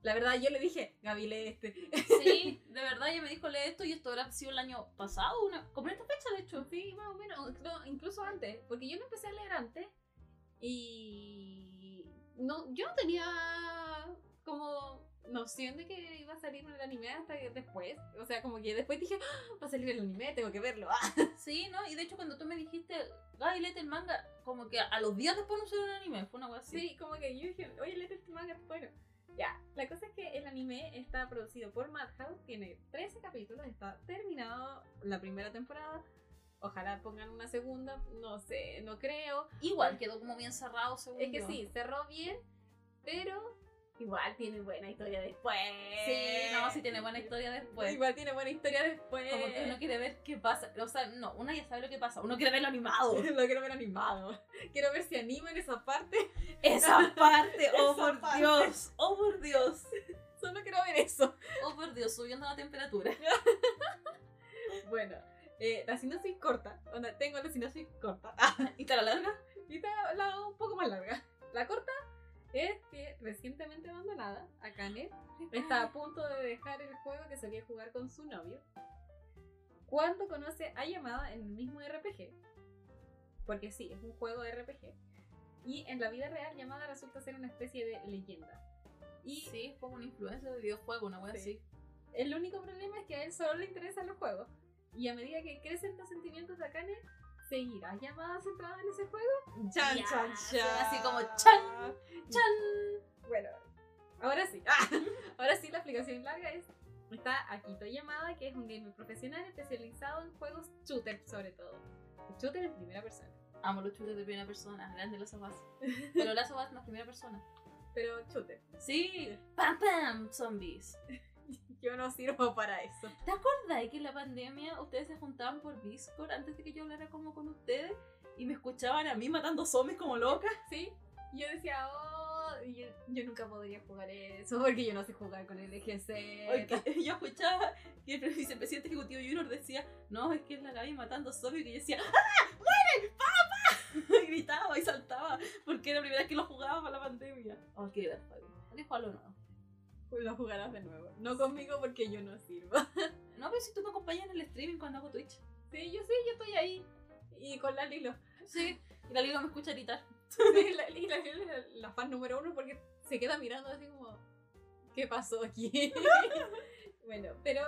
Speaker 1: La verdad, yo le dije, Gaby lee este. [LAUGHS]
Speaker 2: Sí, de verdad ella me dijo lee esto y esto habrá sido el año pasado, una, como en esta fecha de hecho.
Speaker 1: Sí, más o menos, no, incluso antes, porque yo lo empecé a leer antes y no, yo no tenía como noción de que iba a salir el anime hasta que después, o sea, como que después dije, "Ah, va a salir el anime, tengo que verlo. ah".
Speaker 2: Sí, ¿no? Y de hecho cuando tú me dijiste, Gaby, léete el manga, como que a los días después no salió el anime, fue una wea así.
Speaker 1: Sí, como que yo dije, oye, léete este manga, está bueno. Ya, la cosa es que el anime está producido por Madhouse, tiene 13 capítulos, está terminado la primera temporada. Ojalá pongan una segunda, no sé, no creo.
Speaker 2: Igual quedó como bien cerrado según
Speaker 1: Es que
Speaker 2: yo.
Speaker 1: sí, cerró bien, pero igual tiene buena historia después.
Speaker 2: Sí, no, sí tiene buena historia después.
Speaker 1: Igual tiene buena historia después.
Speaker 2: Como que uno quiere ver qué pasa. O sea, no, uno ya sabe lo que pasa. Uno quiere verlo animado.
Speaker 1: [LAUGHS] Lo quiero ver animado. Quiero ver si animan esa parte. [LAUGHS]
Speaker 2: Esa parte, oh
Speaker 1: Esa
Speaker 2: por
Speaker 1: parte.
Speaker 2: Dios, oh por
Speaker 1: [LAUGHS]
Speaker 2: Dios.
Speaker 1: Solo quiero ver eso.
Speaker 2: Oh por Dios, subiendo la temperatura.
Speaker 1: [LAUGHS] Bueno, eh, la sinopsis corta. Onda, tengo la sinopsis corta.
Speaker 2: Ah,
Speaker 1: [LAUGHS]
Speaker 2: ¿Y te la larga?
Speaker 1: Y está la un poco más larga. La corta es que recientemente abandonada, Akane está a punto de dejar el juego que solía jugar con su novio. Cuando conoce a Yamada en el mismo RPG, porque sí, es un juego de RPG, y en la vida real Yamada resulta ser una especie de leyenda. Y
Speaker 2: Sí, es como una influencia de videojuego, una wea
Speaker 1: Sí.
Speaker 2: así.
Speaker 1: el único problema es que a él solo le interesan los juegos. Y a medida que crecen los sentimientos de Akane, seguirá Yamada centrada en ese juego. Chan,
Speaker 2: Ya,
Speaker 1: chan,
Speaker 2: suena
Speaker 1: chan.
Speaker 2: así como chan.
Speaker 1: ¡Chan! Bueno, ahora sí. [LAUGHS] ¡Ah! Ahora sí, la explicación larga es: está Akito Yamada, que es un gamer profesional especializado en juegos shooter, sobre todo. Shooter en primera persona.
Speaker 2: Amo los shooters de primera persona, grande las of Us. Pero las of Us no es primera persona.
Speaker 1: Pero shooter. [LAUGHS]
Speaker 2: Sí, pam pam, zombies.
Speaker 1: Yo no sirvo para eso.
Speaker 2: ¿Verdad que en la pandemia ustedes se juntaban por Discord antes de que yo hablara como con ustedes y me escuchaban a mí matando zombies como loca?
Speaker 1: ¿Sí? Y Yo decía, oh, y yo, yo nunca podría jugar eso porque yo no sé jugar con el
Speaker 2: Oye,
Speaker 1: [LAUGHS] EGC.
Speaker 2: que- [LAUGHS] yo escuchaba que el vicepresidente ejecutivo Junior decía, no, es que es la Gaby matando zombies, que yo decía, ¡ah! ¡Muere! ¡Papá! [LAUGHS] Y gritaba y saltaba, porque era la primera vez que lo jugaba para la pandemia. Oh, qué gran juego. Hay que jugarlo de nuevo.
Speaker 1: pues Lo jugarás de nuevo. No conmigo porque yo no sirvo.
Speaker 2: No, pero si tú me acompañas en el streaming cuando hago Twitch.
Speaker 1: Sí, yo sí, yo estoy ahí. Y con la Lilo.
Speaker 2: Sí, y la liga me escucha gritar.
Speaker 1: Sí, la, y la Fiona es la, la fan número uno porque se queda mirando así como, ¿qué pasó aquí? [LAUGHS] bueno, pero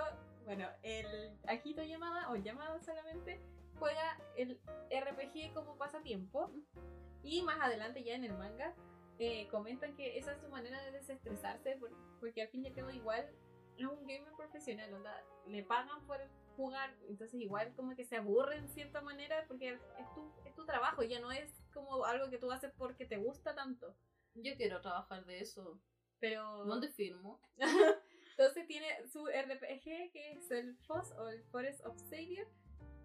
Speaker 1: bueno, el Akito Llamada o Llamada solamente juega el RPG como pasatiempo y más adelante ya en el manga eh, comentan que esa es su manera de desestresarse por- porque al fin y al cabo igual es un gamer profesional, onda, le pagan por jugar, entonces igual como que se aburre en cierta manera porque es tu, es tu trabajo, ya no es como algo que tú haces porque te gusta tanto.
Speaker 2: Yo quiero trabajar de eso.
Speaker 1: Pero
Speaker 2: ¿Dónde
Speaker 1: [LAUGHS]
Speaker 2: firmo?
Speaker 1: entonces tiene su RPG que es el FOS o el Forest of Savior,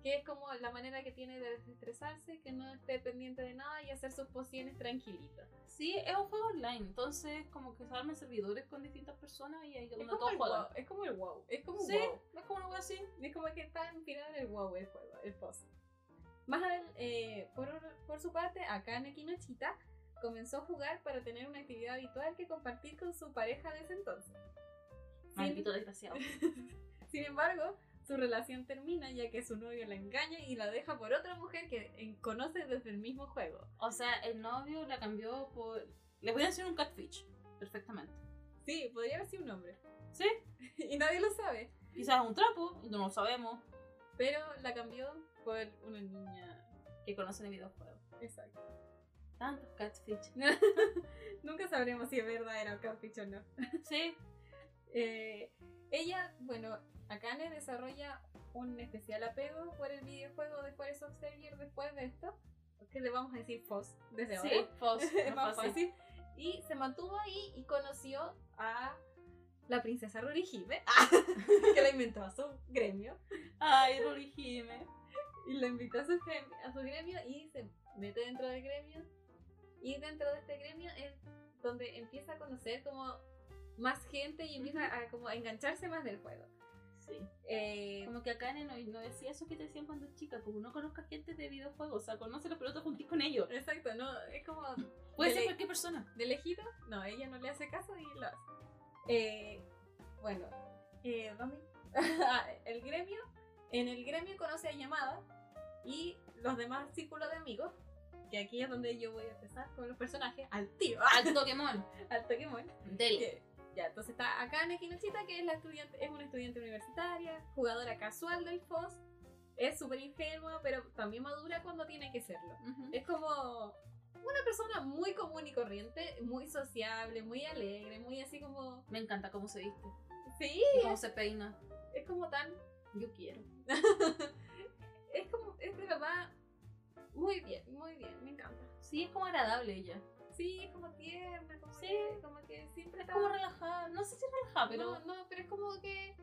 Speaker 1: que es como la manera que tiene de desestresarse, que no esté pendiente de nada y hacer sus pociones tranquilitas.
Speaker 2: Sí, es un juego online, entonces como que se arman servidores con distintas personas y ahí
Speaker 1: Es
Speaker 2: uno
Speaker 1: como,
Speaker 2: todos
Speaker 1: el
Speaker 2: juegan.
Speaker 1: wow, es como el wow, es como un
Speaker 2: Sí,
Speaker 1: wow.
Speaker 2: es como una wea así.
Speaker 1: Es como que está inspirado en el wow el juego, el post. Más adel- eh, por, por su parte, Akane Kinochita comenzó a jugar para tener una actividad habitual que compartir con su pareja desde entonces. Sin-
Speaker 2: Maldito desgraciado.
Speaker 1: Sin embargo, su relación termina ya que su novio la engaña y la deja por otra mujer que en- conoce desde el mismo juego.
Speaker 2: [LAUGHS] O sea, el novio la cambió por. Le voy a hacer un catfish. Perfectamente.
Speaker 1: Sí, podría haber sido un hombre.
Speaker 2: ¿Sí?
Speaker 1: [LAUGHS] y nadie lo sabe.
Speaker 2: Quizás un trapo, no lo sabemos.
Speaker 1: Pero la cambió por una niña.
Speaker 2: Que conocen el videojuego.
Speaker 1: Exacto. [LAUGHS]
Speaker 2: Tantos catfish.
Speaker 1: Nunca sabremos si es verdad era catfish o no.
Speaker 2: Sí.
Speaker 1: Eh, ella, bueno, Akane desarrolla un especial apego por el videojuego de Forest of Savior después de esto. Que le vamos a decir FOS desde ahora.
Speaker 2: [LAUGHS] Sí,
Speaker 1: [LAUGHS]
Speaker 2: Foss,
Speaker 1: es
Speaker 2: no
Speaker 1: más
Speaker 2: fácil.
Speaker 1: fácil. Y se mantuvo ahí y conoció a la princesa Rurihime,
Speaker 2: Ah.
Speaker 1: [LAUGHS] que la inventó a su gremio.
Speaker 2: Ay, Rurihime.
Speaker 1: Y la invitó a su, gremio, a su gremio y se mete dentro del gremio. Y dentro de este gremio es donde empieza a conocer como más gente y empieza a, como a engancharse más del juego.
Speaker 2: Sí.
Speaker 1: Eh,
Speaker 2: Como que acá en el no decía eso que te decían cuando chica, como no conozcas gente de videojuegos, o sea, conócelos pero no te juntís con ellos.
Speaker 1: exacto, no, es como
Speaker 2: Puede
Speaker 1: de
Speaker 2: ser
Speaker 1: le-
Speaker 2: cualquier persona.
Speaker 1: de lejito, no, ella no le hace caso y lo hace. Eh, bueno, eh, ¿dónde? Ah, [LAUGHS] el gremio, en el gremio conoce a Yamada y los demás círculos de amigos, que aquí es donde yo voy a empezar con los personajes, al tío,
Speaker 2: Al Pokémon.
Speaker 1: [LAUGHS] al Pokémon.
Speaker 2: Del.
Speaker 1: que- Ya, entonces está Akane Kinochita, que es, la estudiante, es una estudiante universitaria, jugadora casual del FOS, es súper ingenua, pero también madura cuando tiene que serlo.
Speaker 2: Eh,
Speaker 1: Es como una persona muy común y corriente, muy sociable, muy alegre, muy así como...
Speaker 2: Me encanta cómo se viste.
Speaker 1: Sí,
Speaker 2: y cómo se peina.
Speaker 1: es como tan...
Speaker 2: Yo quiero.
Speaker 1: es como, es de verdad, muy bien, muy bien, me encanta.
Speaker 2: Sí, es como agradable ella.
Speaker 1: Sí, es como tierna, como,
Speaker 2: Sí.
Speaker 1: que, como que siempre está...
Speaker 2: Como relajada. No sé si relajada, pero.
Speaker 1: No, no, pero es como que.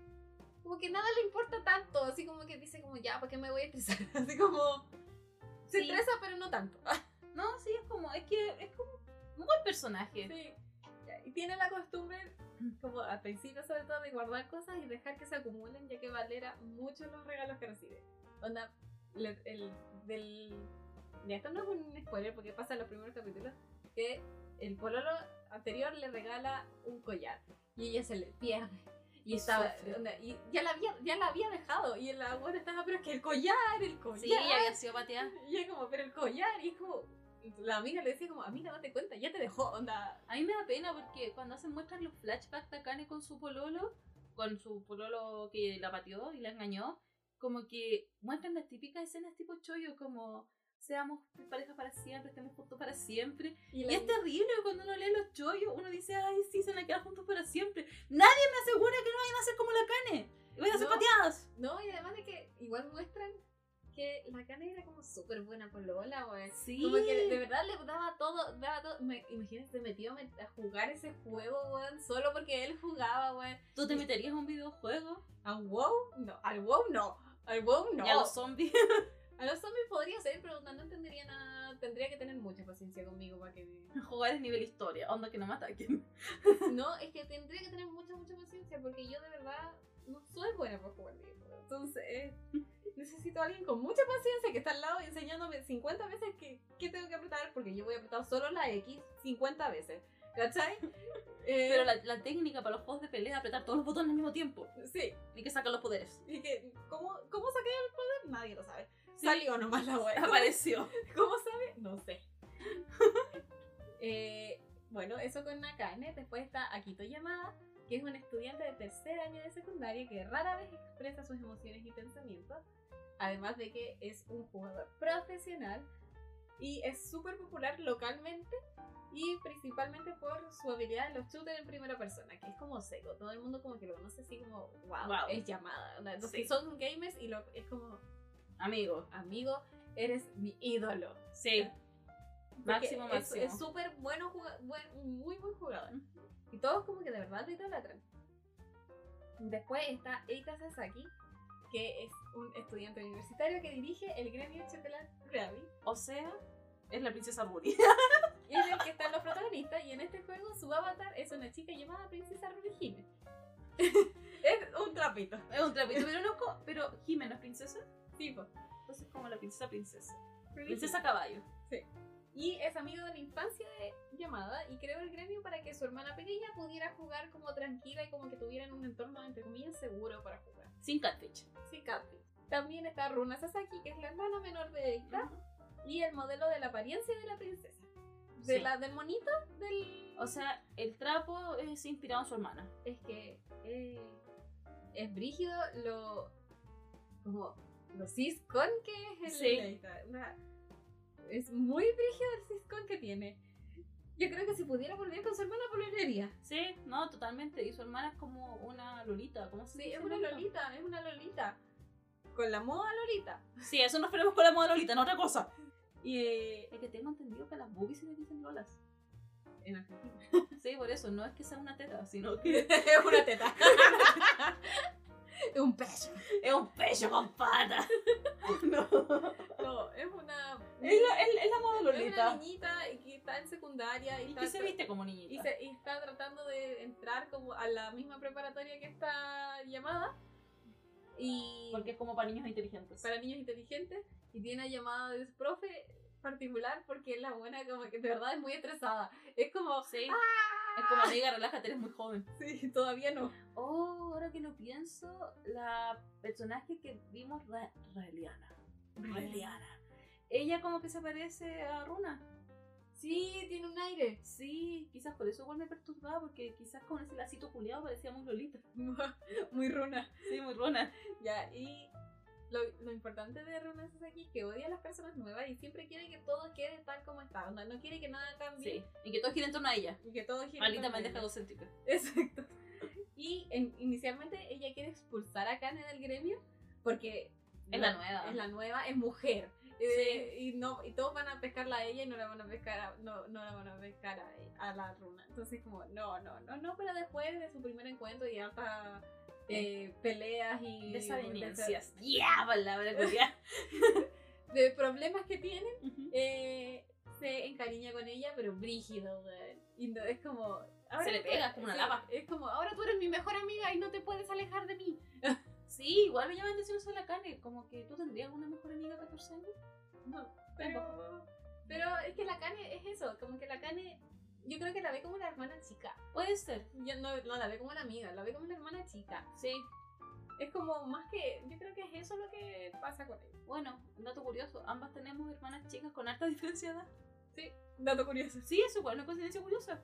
Speaker 1: Como que nada le importa tanto. Así como que dice, como ya, ¿para qué me voy a estresar? [LAUGHS] Así como. Se
Speaker 2: Sí.
Speaker 1: estresa, pero no tanto.
Speaker 2: No, sí, es como, es que es como un buen personaje.
Speaker 1: Sí. Ya, Y tiene la costumbre, como al principio sobre todo, de guardar cosas y dejar que se acumulen, ya que valera mucho los regalos que recibe. Onda, le- el, del... Ya, esto no es un spoiler porque pasa en los primeros capítulos, que el pololo anterior le regala un collar y ella se le pierde. Y,
Speaker 2: Y
Speaker 1: estaba,
Speaker 2: sufre.
Speaker 1: onda, y ya, la había, ya la había dejado y el amor estaba, pero es que el collar, el collar.
Speaker 2: Sí, ella había sido pateada.
Speaker 1: Y es como, pero el collar, y es como, la amiga le decía como, amiga, date cuenta, ya te dejó, onda,
Speaker 2: A mí me da pena porque cuando hacen muestran los flashbacks de Akane con su pololo, con su pololo que la pateó y la engañó, como que muestran las típicas escenas tipo chollo, como seamos pareja para siempre, estemos juntos para siempre.
Speaker 1: Y,
Speaker 2: Y este es terrible cuando uno lee los chollos, uno dice, ay, sí, se van a quedar juntos para siempre. Nadie me asegura que no vayan a ser como la Akane. Y vayan a ser
Speaker 1: No.
Speaker 2: pateadas.
Speaker 1: No, y además de que igual muestran que la Cane era como súper buena por Lola, güey.
Speaker 2: Sí.
Speaker 1: Como que de, de verdad le daba todo, daba todo. Me, imagínate, se metió a met- a jugar ese juego, güey, solo porque él jugaba, güey.
Speaker 2: ¿Tú te meterías a un videojuego?
Speaker 1: ¿A WoW? No, al WoW no. Al WoW no.
Speaker 2: Y a los zombies. [LAUGHS]
Speaker 1: A los zombies podría ser, pero no entendería nada. Tendría que tener mucha paciencia conmigo para que.
Speaker 2: Jugar es nivel historia, onda que no me ataquen.
Speaker 1: No, es que tendría que tener mucha, mucha paciencia porque yo de verdad no soy buena para jugar videojuegos. Entonces, eh, necesito a alguien con mucha paciencia que está al lado enseñándome 50 veces que, que tengo que apretar porque yo voy a apretar solo la X 50 veces.
Speaker 2: [LAUGHS]
Speaker 1: ¿Cachai? Eh,
Speaker 2: Pero la, la técnica para los juegos de pelea es apretar todos los botones al mismo tiempo
Speaker 1: Sí,
Speaker 2: y que saca los poderes. [LAUGHS]
Speaker 1: y que, ¿cómo, cómo saqué el poder? Nadie lo sabe.
Speaker 2: Sí.
Speaker 1: Salió nomás la wea.
Speaker 2: Apareció.
Speaker 1: ¿Cómo sabe? No sé. [LAUGHS] Eh, bueno, eso con Nakane. Después está Akito Yamada, que es un estudiante de tercer año de secundaria que rara vez expresa sus emociones y pensamientos. Además de que es un jugador profesional y es súper popular localmente y principalmente por su habilidad en los shooters en primera persona, que es como seco. Todo el mundo como que lo conoce así como, wow,
Speaker 2: Wow.
Speaker 1: es llamada. Entonces
Speaker 2: Sí.
Speaker 1: son gamers y lo, es como,
Speaker 2: Amigo.
Speaker 1: amigo, eres mi ídolo.
Speaker 2: Sí. Máximo,
Speaker 1: Porque
Speaker 2: máximo.
Speaker 1: Es es súper bueno jugador, muy buen jugador. Y todos como que de verdad te idolatran. Después está Eita Sasaki, que es un estudiante universitario que dirige el gremio Chocolate Rally.
Speaker 2: O sea, es la
Speaker 1: [LAUGHS]
Speaker 2: princesa Ruri.
Speaker 1: Y es el que están los protagonistas. Y en este juego su avatar es una chica llamada Princesa Rurihime. [LAUGHS] es un trapito.
Speaker 2: es un trapito, pero no. co- Pero Jimena es princesa,
Speaker 1: Tipo.
Speaker 2: entonces es como la princesa princesa. Princesa caballo.
Speaker 1: Y es amigo de la infancia de Yamada y creó el gremio para que su hermana pequeña pudiera jugar como tranquila y como que tuvieran un entorno entre comillas seguro para jugar.
Speaker 2: Sin catfish.
Speaker 1: Sí, Kathy. También está Runa Sasaki, que es la hermana menor de Eita y el modelo de la apariencia de la princesa. De
Speaker 2: Sí.
Speaker 1: la del monito del
Speaker 2: O sea, el trapo es inspirado en su hermana.
Speaker 1: es que eh, es brígido lo como lo ciscón que es el
Speaker 2: Sí.
Speaker 1: ahí está, una- es muy brígido el ciscón que tiene yo creo que si pudiera volver con su hermana volvería
Speaker 2: Sí, no, totalmente. Y su hermana es como una lolita. ¿Cómo se
Speaker 1: sí
Speaker 2: dice
Speaker 1: es una
Speaker 2: lolita?
Speaker 1: lolita es una lolita con la moda lolita
Speaker 2: Sí, eso nos ponemos con la moda lolita, no otra cosa.
Speaker 1: y eh,
Speaker 2: Es que tengo entendido que a las boobies se les dicen lolas.
Speaker 1: en [LAUGHS] Argentina.
Speaker 2: Sí, por eso, no es que sea una teta, sino que [LAUGHS]
Speaker 4: Es una
Speaker 1: [LAUGHS]
Speaker 4: teta. Es un pecho.
Speaker 2: es un pecho con patas. No.
Speaker 1: No, es una.
Speaker 2: Es la, es, es la
Speaker 1: es una
Speaker 2: modolita.
Speaker 1: niñita y que está en secundaria y,
Speaker 2: Y
Speaker 1: está
Speaker 2: que se viste como
Speaker 1: y
Speaker 2: niñita.
Speaker 1: se- y está tratando de entrar como a la misma preparatoria que está llamada. Y
Speaker 2: Porque es como para niños inteligentes.
Speaker 1: para niños inteligentes y tiene una llamada de su profe particular porque es la buena como que de verdad es muy estresada. Es como,
Speaker 2: Sí. Ah. Es como amiga, relájate, eres muy joven.
Speaker 1: sí, todavía no.
Speaker 2: Oh, ahora que lo pienso, la personaje que vimos, Ra Raeliana. Raeliana. Ella como que se parece a Runa.
Speaker 1: Sí, tiene un aire. [LAUGHS]
Speaker 2: Sí, quizás por eso igual me perturbaba, porque quizás con ese lacito culiado parecía muy Lolita.
Speaker 1: muy runa.
Speaker 2: Sí, muy Runa.
Speaker 1: Ya, y lo, lo importante de Runa es aquí que odia a las personas nuevas y siempre quiere que todo quede tal como está. Onda, no quiere que nada cambie
Speaker 2: Sí. Y que todos gira en torno a ella.
Speaker 1: y que todo gire.
Speaker 2: Maldita
Speaker 1: en torno a
Speaker 2: me
Speaker 1: ella.
Speaker 2: deja egocéntrica.
Speaker 1: [LAUGHS] Exacto. Y en- inicialmente ella quiere expulsar a Kane del gremio porque
Speaker 2: Es la nueva.
Speaker 1: es la nueva, es mujer. Eh, y no y todos van a pescarla a ella y no la van a pescar a, no, no la van a pescar a, a la runa. Entonces como no, no, no, no, pero después de su primer encuentro y altas eh, peleas y
Speaker 2: Desavenencias. Ya, palabra [LAUGHS] culiada.
Speaker 1: de, de problemas que tienen, eh, se encariña con ella, pero brígido, weón. Y no- es como
Speaker 2: Se le
Speaker 1: tú-
Speaker 2: pega, es como una
Speaker 1: sí,
Speaker 2: lapa.
Speaker 1: Es como ahora tú eres mi mejor amiga y no te puedes alejar de mí.
Speaker 2: Sí, igual me llama la atención eso de la carne. Como que tú tendrías una mejor amiga de 14 años.
Speaker 1: No, pero, pero es que la Cane es eso, como que la Cane, yo creo que la ve como una hermana chica.
Speaker 2: Puede ser.
Speaker 1: Yo no, no la ve como una amiga, la ve como una hermana chica.
Speaker 2: Sí.
Speaker 1: Es como más que, yo creo que es eso lo que pasa con ella.
Speaker 2: Bueno, un dato curioso. Ambas tenemos hermanas chicas con harta [LAUGHS] diferencia de edad.
Speaker 1: Dato curioso.
Speaker 2: Sí, eso igual, una coincidencia curiosa.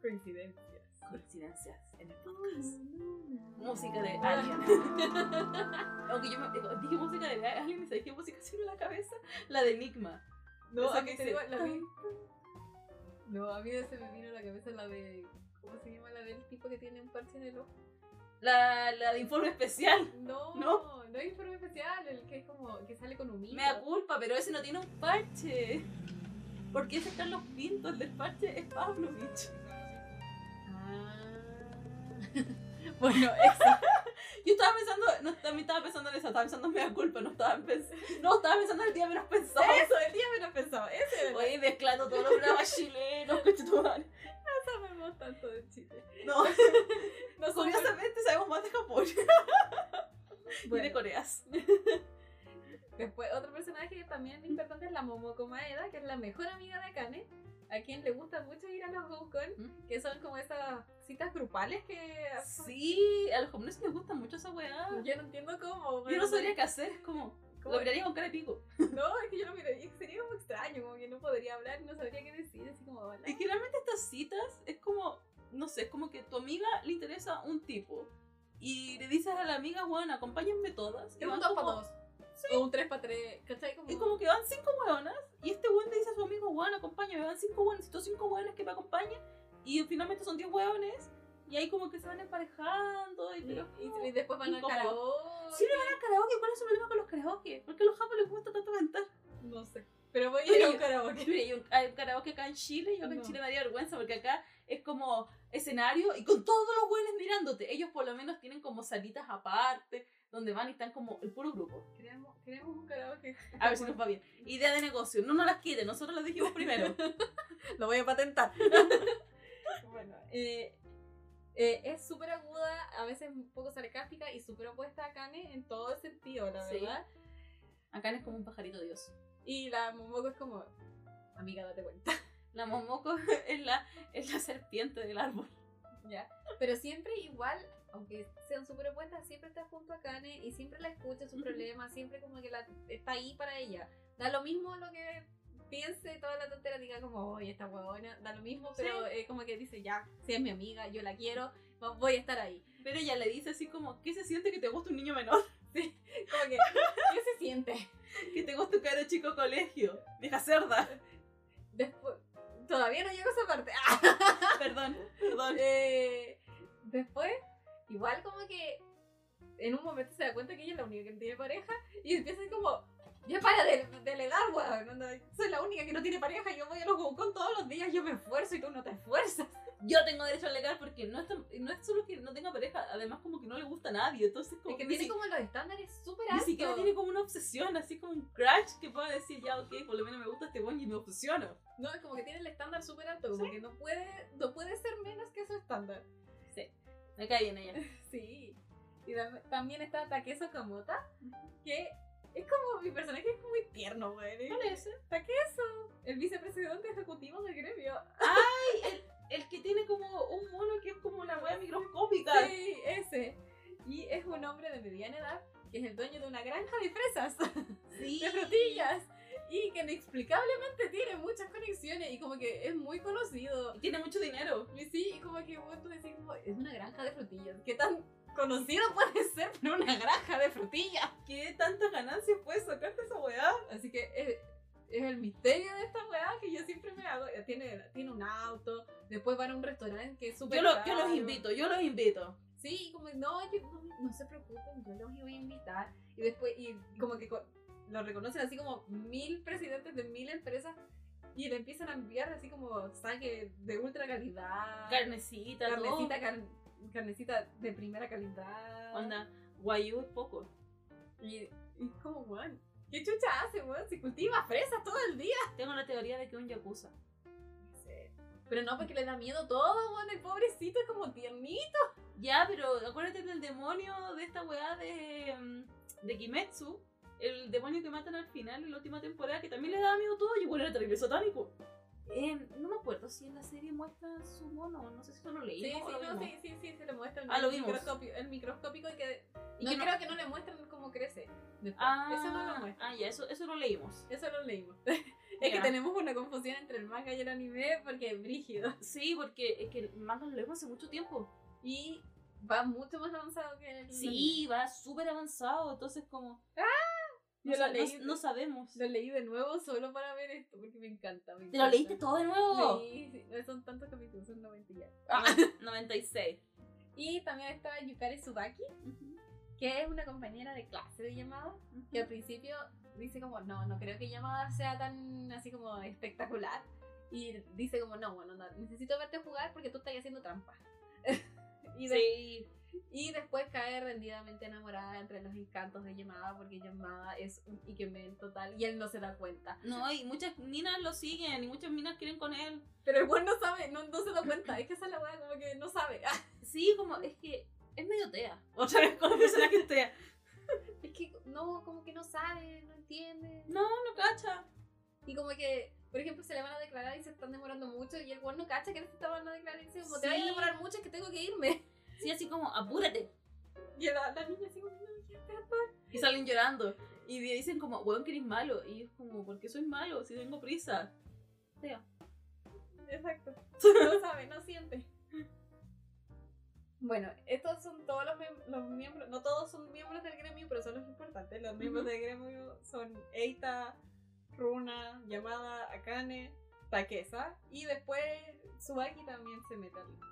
Speaker 1: Coincidencia.
Speaker 2: Coincidencias en el podcast. Música de Alien. [LAUGHS] Aunque yo me, digo, dije música de Alien y sabía qué música [LAUGHS] se me vino a la cabeza. La de Enigma.
Speaker 1: No,
Speaker 2: Esa
Speaker 1: a mí
Speaker 2: que
Speaker 1: te
Speaker 2: dice,
Speaker 1: digo, la vi- No, a mí se me vino a la cabeza la de, ¿cómo se llama? La del tipo que tiene un parche en el ojo.
Speaker 2: La, la de informe especial.
Speaker 1: No, no,
Speaker 2: No.
Speaker 1: hay informe especial, el que es como, que sale con un
Speaker 2: Me da culpa, pero ese no tiene un parche. Porque ese Carlos Pinto, el del parche, es Pavlovich.
Speaker 1: Ah. [LAUGHS] bueno,
Speaker 2: Yo estaba pensando, no, también estaba pensando en eso, estaba pensando en mea culpa, no estaba pensando, no estaba pensando en el día menos pensado.
Speaker 1: eso, el día menos pensado. Ese era
Speaker 2: Oye, mezclando todos los programas chilenos, conchetumare.
Speaker 1: no sabemos tanto de Chile. [LAUGHS]
Speaker 2: No,
Speaker 1: No
Speaker 2: curiosamente sabemos más de Japón y de
Speaker 1: Bueno,
Speaker 2: Corea.
Speaker 1: después, otro personaje que también es importante es la Momoko Maeda, que es la mejor amiga de Akane, a quien le gusta mucho ir a los Gokon, que son como esas citas grupales que.
Speaker 2: Sí, a los japoneses les gusta mucho esa weá.
Speaker 1: [LAUGHS] Yo no entiendo cómo.
Speaker 2: Yo
Speaker 1: bueno,
Speaker 2: no sabría qué hacer, es como,
Speaker 1: ¿cómo?
Speaker 2: lo miraría con cara de pico.
Speaker 1: No, es que yo lo miraría, sería como extraño, como que no podría hablar, no sabría qué decir, así como. hola.
Speaker 2: Y generalmente estas citas es como, no sé, es como que tu amiga le interesa un tipo. Y le dices a la amiga, bueno, acompáñenme todas. Y
Speaker 1: Es un
Speaker 2: van
Speaker 1: 2
Speaker 2: como-
Speaker 1: para 2. O un 3 para 3. ¿Cachai? Como...
Speaker 2: Y como que van cinco hueonas, y este hueón le dice a su amigo, hueón, acompáñame, van cinco hueones, estos cinco hueones que me acompañan, y finalmente son diez hueones, y ahí como que se van emparejando, y
Speaker 1: Y,
Speaker 2: pero es como,
Speaker 1: y- y después van al
Speaker 2: incómodo.
Speaker 1: karaoke.
Speaker 2: Sí, van a karaoke, ¿cuál es su problema con los karaoke? ¿Por qué a los japoneses les gusta tanto cantar?
Speaker 1: No sé. Pero voy a ir a un
Speaker 2: Yo-
Speaker 1: karaoke.
Speaker 2: Mira, [LAUGHS] hay un hay un karaoke acá en Chile, yo acá en
Speaker 1: No.
Speaker 2: Chile me daría vergüenza, porque acá es como escenario, y con todos los hueones mirándote, ellos por lo menos tienen como salitas aparte, donde van y están como el puro grupo.
Speaker 1: [LAUGHS] Queremos, queremos un karaoke.
Speaker 2: A ver si nos va bien. Idea de negocio, no nos las quiten, nosotros las dijimos primero.
Speaker 1: Lo voy a [LAUGHS] patentar. bueno, eh, eh, es súper aguda, a veces un poco sarcástica y súper opuesta a Kane en todo sentido, [LAUGHS] la
Speaker 2: Sí.
Speaker 1: verdad.
Speaker 2: Acá es como un pajarito de Dios.
Speaker 1: Y la Momoko es como, amiga, date cuenta.
Speaker 2: La momoco [LAUGHS] es la, es la serpiente del árbol.
Speaker 1: ¿Ya? [LAUGHS] Pero siempre igual, aunque sean súper opuestas, siempre está junto a Kane y siempre la escucha sus
Speaker 2: Ujú.
Speaker 1: problemas, siempre como que la, está ahí para ella. Da lo mismo lo que piense toda la tontera, diga como, oye, esta huevona, da lo mismo, pero eh, como que dice, ya, si es mi amiga, yo la quiero, va- voy a estar ahí.
Speaker 2: Pero ella le dice así como, ¿qué se siente que te gusta un niño menor? [LAUGHS]
Speaker 1: Como que, ¿qué se siente?
Speaker 2: Que te gusta un caro chico colegio. Vieja cerda. [LAUGHS]
Speaker 1: Después, todavía no llego a esa parte. [LAUGHS] ¡Ah!
Speaker 2: Perdón, perdón.
Speaker 1: Eh, [LAUGHS] después, igual como que en un momento se da cuenta que ella es la única que tiene pareja y empieza como, Ya para de delegar, weón. onda, Soy la única que no tiene pareja. Yo voy a los con todos los días. Yo me esfuerzo y tú no te esfuerzas.
Speaker 2: Yo tengo derecho a alegar porque no es, tan- no es solo que no tenga pareja, además como que no le gusta a nadie, entonces
Speaker 1: Es
Speaker 2: como
Speaker 1: que
Speaker 2: ni
Speaker 1: tiene
Speaker 2: si-
Speaker 1: como los estándares súper
Speaker 2: Ni
Speaker 1: altos.
Speaker 2: siquiera tiene como una obsesión, así como un crush que pueda decir, ya, ok, por lo menos me gusta este buen y me obsesiono.
Speaker 1: No, es como que tiene el estándar súper alto. Como que no puede, no puede ser menos que su estándar.
Speaker 2: Me cae bien ella.
Speaker 1: Sí. Y tam- también está Takeso Kamota, que es como mi personaje es muy tierno, güey.
Speaker 2: ¿Cuál es ese?
Speaker 1: Takeso, el vicepresidente ejecutivo del gremio.
Speaker 2: El que tiene como un mono que es como una wea microscópica.
Speaker 1: Sí, ese. Y es un hombre de mediana edad que es el dueño de una granja de fresas,
Speaker 2: Sí.
Speaker 1: de frutillas, y que inexplicablemente tiene muchas conexiones y como que es muy conocido.
Speaker 2: Y tiene mucho dinero.
Speaker 1: Y sí, y como que vos tú decís, como, es una granja de frutillas. ¿Qué tan conocido puede ser por una granja de frutillas?
Speaker 2: ¿Qué tantas ganancias puedes sacarte esa weá?
Speaker 1: Así que es, es el misterio de esta weá que yo siempre me hago. Eh, Tiene, tiene un auto, después van a un restaurante que es súper
Speaker 2: Yo, lo- yo
Speaker 1: caro.
Speaker 2: los invito, yo los invito.
Speaker 1: Sí, y como, no, yo- no, no se preocupen, yo los voy a invitar. Y después, y como que co- lo reconocen así como mil presidentes de mil empresas y le empiezan a enviar así como saque de ultra calidad,
Speaker 2: Carnecita,
Speaker 1: carnecita,
Speaker 2: todo.
Speaker 1: car- carnecita de primera calidad.
Speaker 2: Onda, guayú es poco.
Speaker 1: Y, y como, weón, ¿qué chucha hace, weón? Si cultiva fresas todo el día.
Speaker 2: Tengo la teoría de que es un yakuza.
Speaker 1: Pero no, porque le da miedo todo, weón, el pobrecito es como tiernito.
Speaker 2: Ya, pero acuérdate del demonio de esta weá de, mm, de Kimetsu. El demonio que matan al final en la última temporada, que también le daba miedo todo y bueno, era terrible satánico. En- no me acuerdo si en la serie muestra su mono, no sé si solo leí.
Speaker 1: Sí, sí, no, sí, sí, sí, se le muestra el,
Speaker 2: Ah, lo vimos.
Speaker 1: microscopio, el microscópico y que
Speaker 2: Y
Speaker 1: no,
Speaker 2: que no-
Speaker 1: creo que no le muestran cómo crece. después.
Speaker 2: Ah,
Speaker 1: Eso no lo muestra.
Speaker 2: ah, ya, eso, eso lo leímos.
Speaker 1: Eso lo leímos. [LAUGHS] es que
Speaker 2: Ya.
Speaker 1: tenemos una confusión entre el manga y el anime porque es brígido.
Speaker 2: Sí, porque es que el manga lo leímos hace mucho tiempo.
Speaker 1: Y va mucho más avanzado que el
Speaker 2: Sí, va súper avanzado, entonces como... No,
Speaker 1: anime. Ah, Yo lo
Speaker 2: sa-
Speaker 1: leí,
Speaker 2: no- no sabemos.
Speaker 1: lo leí de nuevo solo para ver esto porque me encanta. me
Speaker 2: ¿Te lo
Speaker 1: encanta.
Speaker 2: leíste todo de nuevo?
Speaker 1: Sí, sí, no son tantos capítulos, son 90 ya.
Speaker 2: Ah, 96.
Speaker 1: Y también está Yukari Tsubaki, que es una compañera de clase de llamada. que al principio dice como, no, no creo que llamada sea tan así como espectacular. Y dice como, no, bueno, no, necesito verte jugar porque tú estás haciendo trampa. [LAUGHS] y, de-
Speaker 2: Sí.
Speaker 1: y después cae rendidamente enamorada entre los encantos de llamada porque llamada es un Ikemen total y él no se da cuenta.
Speaker 2: No, y muchas minas lo siguen y muchas minas quieren con él.
Speaker 1: Pero el buen no sabe, no, no se da cuenta. Es que esa es la weá como que no sabe. [LAUGHS]
Speaker 2: Sí, como es que es medio tea. [LAUGHS] Otra vez con la persona que es tea.
Speaker 1: es que no, como que no sabe, no entiende.
Speaker 2: No, no cacha.
Speaker 1: Y como que, por ejemplo, se le van a declarar y se están demorando mucho y el weón no cacha que se estaban a declarar y dice, como te
Speaker 2: Sí.
Speaker 1: vayas a demorar mucho es que tengo que irme. [LAUGHS]
Speaker 2: Sí, así como, apúrate.
Speaker 1: Y la, la niña así como, no, ya está.
Speaker 2: Y salen llorando. Y di- dicen como, weón, que eres malo. Y es como, ¿por qué soy malo si tengo prisa?
Speaker 1: Exacto. No sabe, no siente. Bueno, estos son todos los, miem- los miembros, no todos son miembros del gremio, pero son los importantes. Los miembros del gremio son Eita, Runa, Yamada, Akane, Takesa y después Tsubaki también se mete al gremio.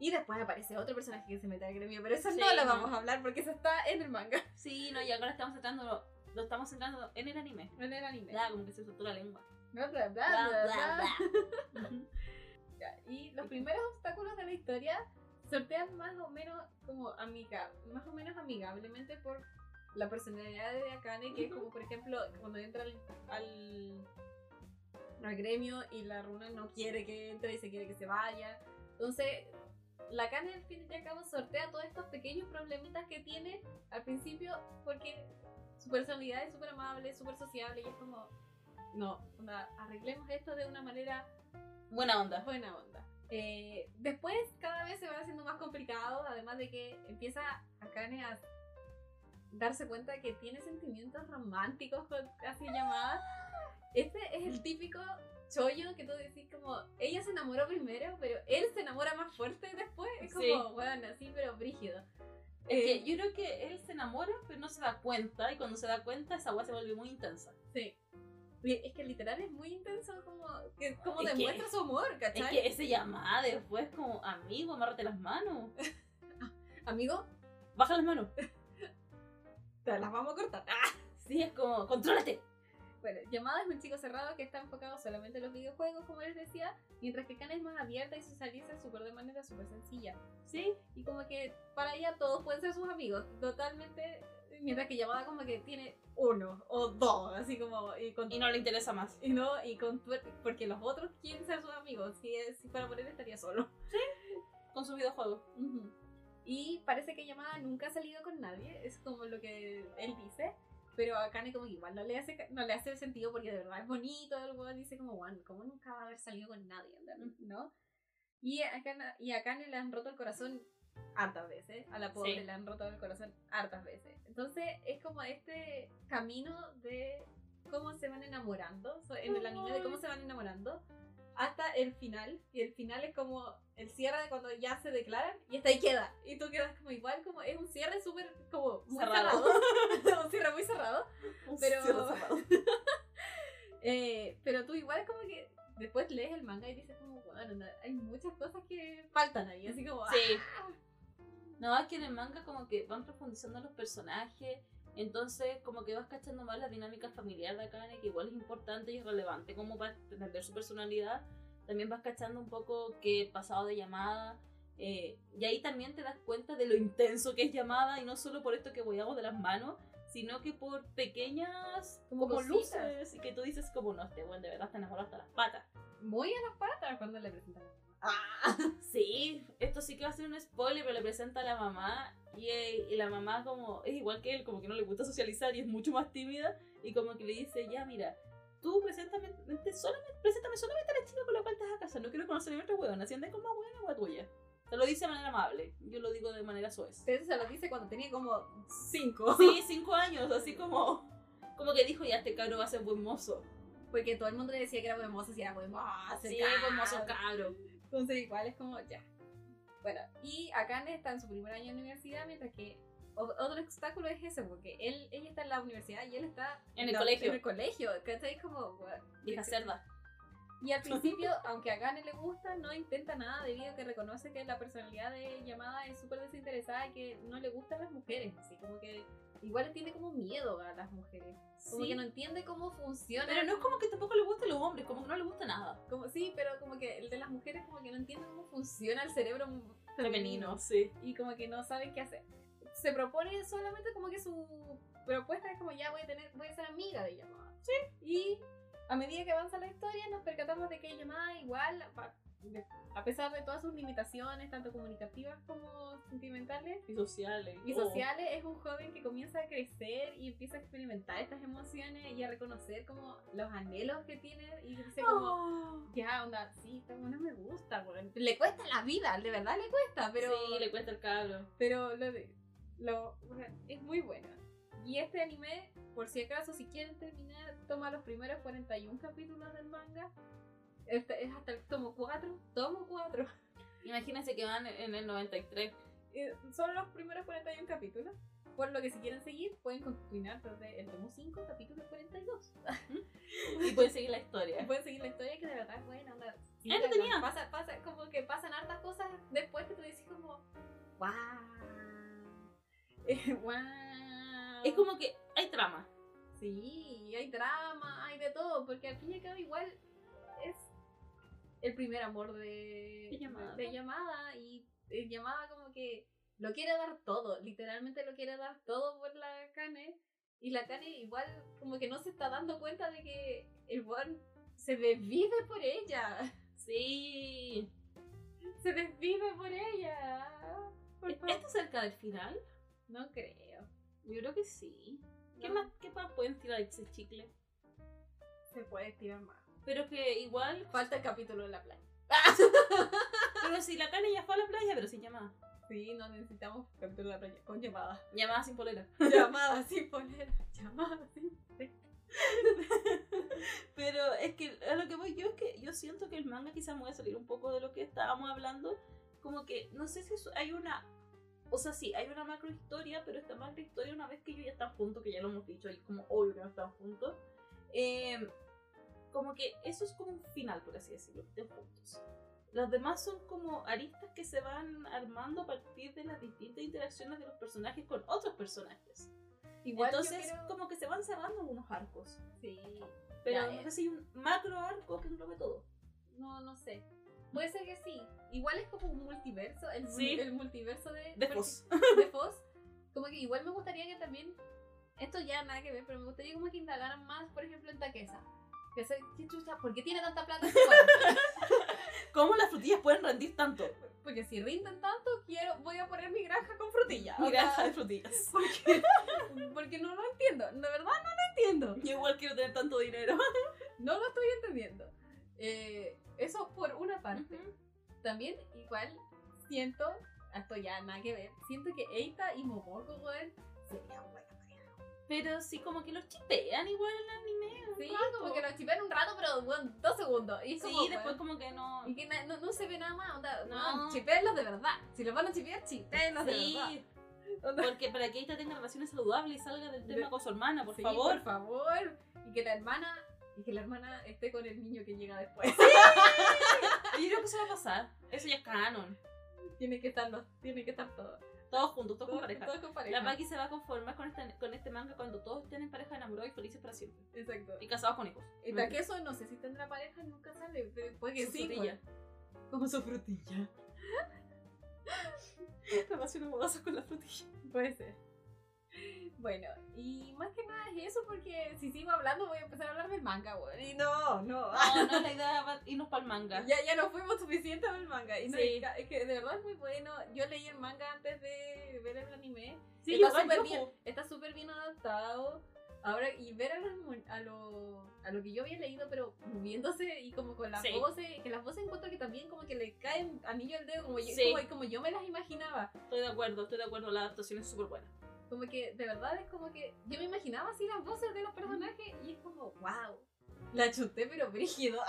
Speaker 1: Y después aparece otro personaje que se mete al gremio, pero eso
Speaker 2: Sí,
Speaker 1: no lo
Speaker 2: no.
Speaker 1: vamos a hablar porque eso está en el manga, [LAUGHS]
Speaker 2: Sí, no, y ahora estamos entrando, lo estamos entrando en el anime.
Speaker 1: no en el anime.
Speaker 2: Da, como que se soltó la lengua.
Speaker 1: Bla, bla, bla,
Speaker 2: Bla,
Speaker 1: bla, bla.
Speaker 2: bla, bla. Ujú.
Speaker 1: Y los primeros obstáculos de la historia sortean más o menos como amiga, más o menos amigablemente por la personalidad de Akane, que es como por ejemplo cuando entra al, al, al gremio y la runa no quiere que entre y se quiere que se vaya. Entonces, la Akane al fin y al cabo sortea todos estos pequeños problemitas que tiene al principio porque su personalidad es súper amable, súper sociable y es como, no, onda, arreglemos esto de una manera
Speaker 2: [LAUGHS] Buena onda.
Speaker 1: Buena onda. Eh, después cada vez se va haciendo más complicado, además de que empieza Akane a darse cuenta de que tiene sentimientos románticos con casi llamada. Este es el típico chollo que tú decís como, ella se enamoró primero, pero él se enamora más fuerte después. Es como,
Speaker 2: Sí.
Speaker 1: bueno, así, pero brígido.
Speaker 2: Es
Speaker 1: Eh,
Speaker 2: que yo creo que él se enamora, pero no se da cuenta. Y cuando se da cuenta, esa agua se vuelve muy intensa.
Speaker 1: sí. Li- Es que literal es muy intenso como, que, como
Speaker 2: Es que-
Speaker 1: demuestra su amor, ¿cachai?
Speaker 2: Es que ese llamada después, como, amigo, amárrate las manos.
Speaker 1: Amigo,
Speaker 2: Baja las manos.
Speaker 1: te las vamos a cortar.
Speaker 2: Sí, es como, contrólate.
Speaker 1: Bueno, Llamada es un chico cerrado que está enfocado solamente en los videojuegos, como les decía, mientras que Kana es más abierta y socializa súper de manera súper sencilla.
Speaker 2: Sí,
Speaker 1: Y como que para ella todos pueden ser sus amigos, totalmente. Mientras que Llamada como que tiene uno o dos, así como. Y, con,
Speaker 2: y no le interesa más.
Speaker 1: y no, y con tuer- porque los otros quieren ser sus amigos. Si, es- si fuera por él estaría solo.
Speaker 2: Con su videojuego.
Speaker 1: Ujú. Y parece que Yamada nunca ha salido con nadie, es como lo que él dice. Pero a Kane como que igual no le hace ca- no le hace sentido porque de verdad es bonito, el weón dice como, bueno, ¿cómo nunca va a haber salido con nadie? ¿No? Y a, Kana- y a Kane le han roto el corazón hartas veces, a la pobre
Speaker 2: Sí.
Speaker 1: le han roto el corazón hartas veces. Entonces es como este camino de cómo se van enamorando, so- en el anime de cómo se van enamorando, hasta el final. Y el final es como el cierre de cuando ya se declaran y hasta ahí queda. Y tú quedas como igual, como es un cierre súper como muy cerrado.
Speaker 2: Cerrado. [LAUGHS]
Speaker 1: un cierre muy cerrado. [LAUGHS] Pero- Eh, pero tú igual como que después lees el manga y dices como, bueno, no, hay muchas cosas que faltan ahí. Así como, ah,
Speaker 2: Sí. No, es que en el manga como que van profundizando los personajes, entonces como que vas cachando más la dinámica familiar de Akane, que igual es importante y es relevante como para entender su personalidad. También vas cachando un poco que el pasado de llamada, eh, y ahí también te das cuenta de lo intenso que es llamada, y no solo por esto que voyamos de las manos, sino que por pequeñas
Speaker 1: Como
Speaker 2: como,
Speaker 1: cositas.
Speaker 2: luces, y que tú dices como, no, este buen de verdad está enamorado hasta las patas.
Speaker 1: muy "Ah, a las patas cuando le presentan a la mamá.
Speaker 2: Sí, esto sí que va a ser un spoiler, pero le presenta a la mamá y, eh, y la mamá como es igual que él, como que no le gusta socializar y es mucho más tímida y como que le dice, ya mira, tú preséntame mente- solamente, preséntame solamente a la chica con la cual te vas a casar, no quiero conocer a otra huevona, si andas como huevona, hueá tuya. Te lo dice de manera amable, yo lo digo de manera soez.
Speaker 1: Pero eso se lo dice cuando tenía como cinco.
Speaker 2: Sí, cinco años, así como, como que dijo, ya este cabro va a ser buen mozo.
Speaker 1: Porque todo el mundo le decía que era buen mozo, si era buen mozo,
Speaker 2: Así,
Speaker 1: cabro.
Speaker 2: buen mozo cabro.
Speaker 1: Entonces igual es como ya. Bueno, y Akane está en su primer año de universidad, mientras que o- otro obstáculo es ese, porque él, ella está en la universidad y él está
Speaker 2: En el
Speaker 1: no,
Speaker 2: colegio.
Speaker 1: En el colegio, ¿cachai? Como, what?
Speaker 2: Vieja cerda.
Speaker 1: Y al
Speaker 2: [LAUGHS]
Speaker 1: principio, aunque a Kane le gusta, no intenta nada debido a que reconoce que la personalidad de Yamada es súper desinteresada y que no le gustan las mujeres, así como que igual le tiene como miedo a las mujeres, como
Speaker 2: Sí,
Speaker 1: que no entiende cómo funciona.
Speaker 2: Pero no es como que tampoco le gusten los hombres, como que no le gusta nada.
Speaker 1: Como, sí, pero como que el de las mujeres como que no entiende cómo funciona el cerebro
Speaker 2: Femenino, sí.
Speaker 1: y como que no saben qué hacer. Se propone solamente como que su propuesta es como ya voy a tener, voy a ser amiga de Yamada. Sí. Y a medida que avanza la historia nos percatamos de que Yamada igual, a- de- a pesar de todas sus limitaciones, tanto comunicativas como sentimentales
Speaker 2: Y sociales.
Speaker 1: y
Speaker 2: Oh.
Speaker 1: sociales, es un joven que comienza a crecer y empieza a experimentar estas emociones y a reconocer como los anhelos que tiene y dice
Speaker 2: Este,
Speaker 1: como...
Speaker 2: ¡Oh!
Speaker 1: Ya, onda, sí, esta no me gusta, weón. Le cuesta la vida, de verdad le cuesta, pero,
Speaker 2: Sí, le cuesta el cabro.
Speaker 1: pero lo, de- lo- weón, es muy bueno. Y este anime, por si acaso, si quieren terminar, toma los primeros 41 capítulos del manga. Este es hasta el tomo 4, tomo 4.
Speaker 2: Imagínense que van en el 93.
Speaker 1: Eh, Son los primeros 41 capítulos. Por lo que si quieren seguir, pueden continuar desde el tomo 5, capítulo 42.
Speaker 2: Y pueden seguir la [LAUGHS] historia.
Speaker 1: Pueden seguir la historia que de verdad es buena. Onda, sí,
Speaker 2: Ah, no
Speaker 1: onda,
Speaker 2: tenía.
Speaker 1: Pasa, pasa, como que pasan hartas cosas después que tú decís como, [LAUGHS] wow. wow.
Speaker 2: Es como que hay trama.
Speaker 1: Sí, hay drama, hay de todo, porque al fin y al cabo igual es el primer amor de,
Speaker 2: De Yamada.
Speaker 1: de Yamada, y eh, Yamada como que lo quiere dar todo, literalmente lo quiere dar todo por la Kane y la Kane igual como que no se está dando cuenta de que el weón se desvive por ella, [LAUGHS]
Speaker 2: Sí.
Speaker 1: se desvive por ella. Por favor.
Speaker 2: ¿Está cerca del final?
Speaker 1: No creo.
Speaker 2: Yo creo que sí. ¿Qué
Speaker 1: No.
Speaker 2: más, qué más pueden tirar ese chicle?
Speaker 1: Se puede estirar más.
Speaker 2: Pero que igual.
Speaker 1: Falta el capítulo de la playa.
Speaker 2: Pero si la cana ya fue a la playa, pero sin llamada.
Speaker 1: Sí, no necesitamos capítulo de la playa con Yamada.
Speaker 2: Llamada sin polera.
Speaker 1: Llamada sin poner. Llamada sin
Speaker 2: [LAUGHS] Pero es que a lo que voy yo es que yo siento que el manga quizás me voy a salir un poco de lo que estábamos hablando. Como que no sé si eso- hay una. O sea, sí, hay una macro historia, pero esta macro historia, una vez que ellos ya están juntos, que ya lo hemos dicho, y como obvio que no están juntos, eh, como que eso es como un final, por así decirlo, que estén juntos. Las demás son como aristas que se van armando a partir de las distintas interacciones de los personajes con otros personajes.
Speaker 1: Igual yo
Speaker 2: Entonces,
Speaker 1: creo-
Speaker 2: como que se van cerrando algunos arcos.
Speaker 5: Sí.
Speaker 2: Pero
Speaker 1: Ya,
Speaker 2: no
Speaker 1: eh.
Speaker 2: sé si hay un macro arco que englobe todo.
Speaker 1: No, no sé. Puede ser que sí. Igual es como un multiverso, el, mu-
Speaker 2: Sí.
Speaker 1: el multiverso de,
Speaker 2: Después.
Speaker 1: [LAUGHS] de Foz. Como que igual me gustaría que también, esto ya nada que ver, pero me gustaría como que indagaran más, por ejemplo, en Taquesa. Que se- ¿Qué chucha? ¿Por qué tiene tanta plata [LAUGHS] ese weón?
Speaker 2: ¿Cómo las frutillas pueden rendir tanto?
Speaker 1: Porque si rinden tanto, quiero, voy a poner mi granja con frutilla.
Speaker 2: Mi
Speaker 1: O sea,
Speaker 2: granja de frutillas.
Speaker 1: [LAUGHS] Porque, porque no lo entiendo, de verdad no lo entiendo.
Speaker 2: [LAUGHS] Yo igual quiero tener tanto dinero.
Speaker 1: No lo estoy entendiendo. Eh, eso por una parte. También igual siento, esto ya nada que ver, siento que Eita y Momoko, weón, sería un buena pareja.
Speaker 2: Pero sí, como que los chipean igual en el anime. un
Speaker 1: Sí,
Speaker 2: rato.
Speaker 1: como que lo chipean un rato, pero weón, dos segundos. Y es
Speaker 2: Sí,
Speaker 1: como, weón,
Speaker 2: después como que no.
Speaker 1: y que na- no, no se ve nada más, onda,
Speaker 2: No.
Speaker 1: no, chipéenlos de verdad. Si los van a chipear, chipéenlos
Speaker 2: Sí,
Speaker 1: de verdad. Onda,
Speaker 2: porque para que ella tenga relaciones saludables y salga del tema
Speaker 1: De-
Speaker 2: con su hermana, por
Speaker 1: sí,
Speaker 2: favor.
Speaker 1: Por favor. Y que la hermana, y que la hermana esté con el niño que llega
Speaker 2: [LAUGHS]
Speaker 1: después.
Speaker 2: Yo creo que eso va a pasar. Eso ya es canon.
Speaker 1: tiene que estar los, tiene que estar todos.
Speaker 2: Todos juntos, todos con
Speaker 1: Todos-
Speaker 2: pareja.
Speaker 1: todos con pareja.
Speaker 2: La Maki se va a conformar con este, con este manga cuando todos estén en pareja enamorados y felices para siempre.
Speaker 1: Exacto.
Speaker 2: Y casados con hijos. Mm.
Speaker 1: Y para que eso no sé si tendrá pareja, nunca sale. Pero puede que
Speaker 2: Su
Speaker 1: sí.
Speaker 2: frutilla.
Speaker 1: Como su frutilla.
Speaker 2: [LAUGHS] Relación amorosa con la frutilla.
Speaker 1: Puede ser. Bueno, y más que nada es eso porque si sigo hablando voy a empezar a hablar del manga, weón. Y no, no.
Speaker 2: No, no, la idea va a irnos para el manga.
Speaker 1: Ya, ya no fuimos suficientes del manga. Y no,
Speaker 2: Sí.
Speaker 1: es ca- es que de verdad es muy bueno. Yo leí el manga antes de ver el anime.
Speaker 2: Sí,
Speaker 1: está
Speaker 2: igual,
Speaker 1: súper
Speaker 2: yo,
Speaker 1: bien,
Speaker 2: po.
Speaker 1: está súper bien adaptado. Ahora, y ver a, los mon- a, lo, a lo que yo había leído, pero moviéndose y como con las
Speaker 2: Sí.
Speaker 1: voces, que las voces encuentro que también como que le cae un anillo al dedo, como, yo,
Speaker 2: Sí.
Speaker 1: como, como yo me las imaginaba.
Speaker 2: Estoy de acuerdo, estoy de acuerdo. La adaptación es súper [LAUGHS] buena.
Speaker 1: Como que de verdad es como que yo me imaginaba así las voces de los personajes y es como, wow, la chuté pero brígido.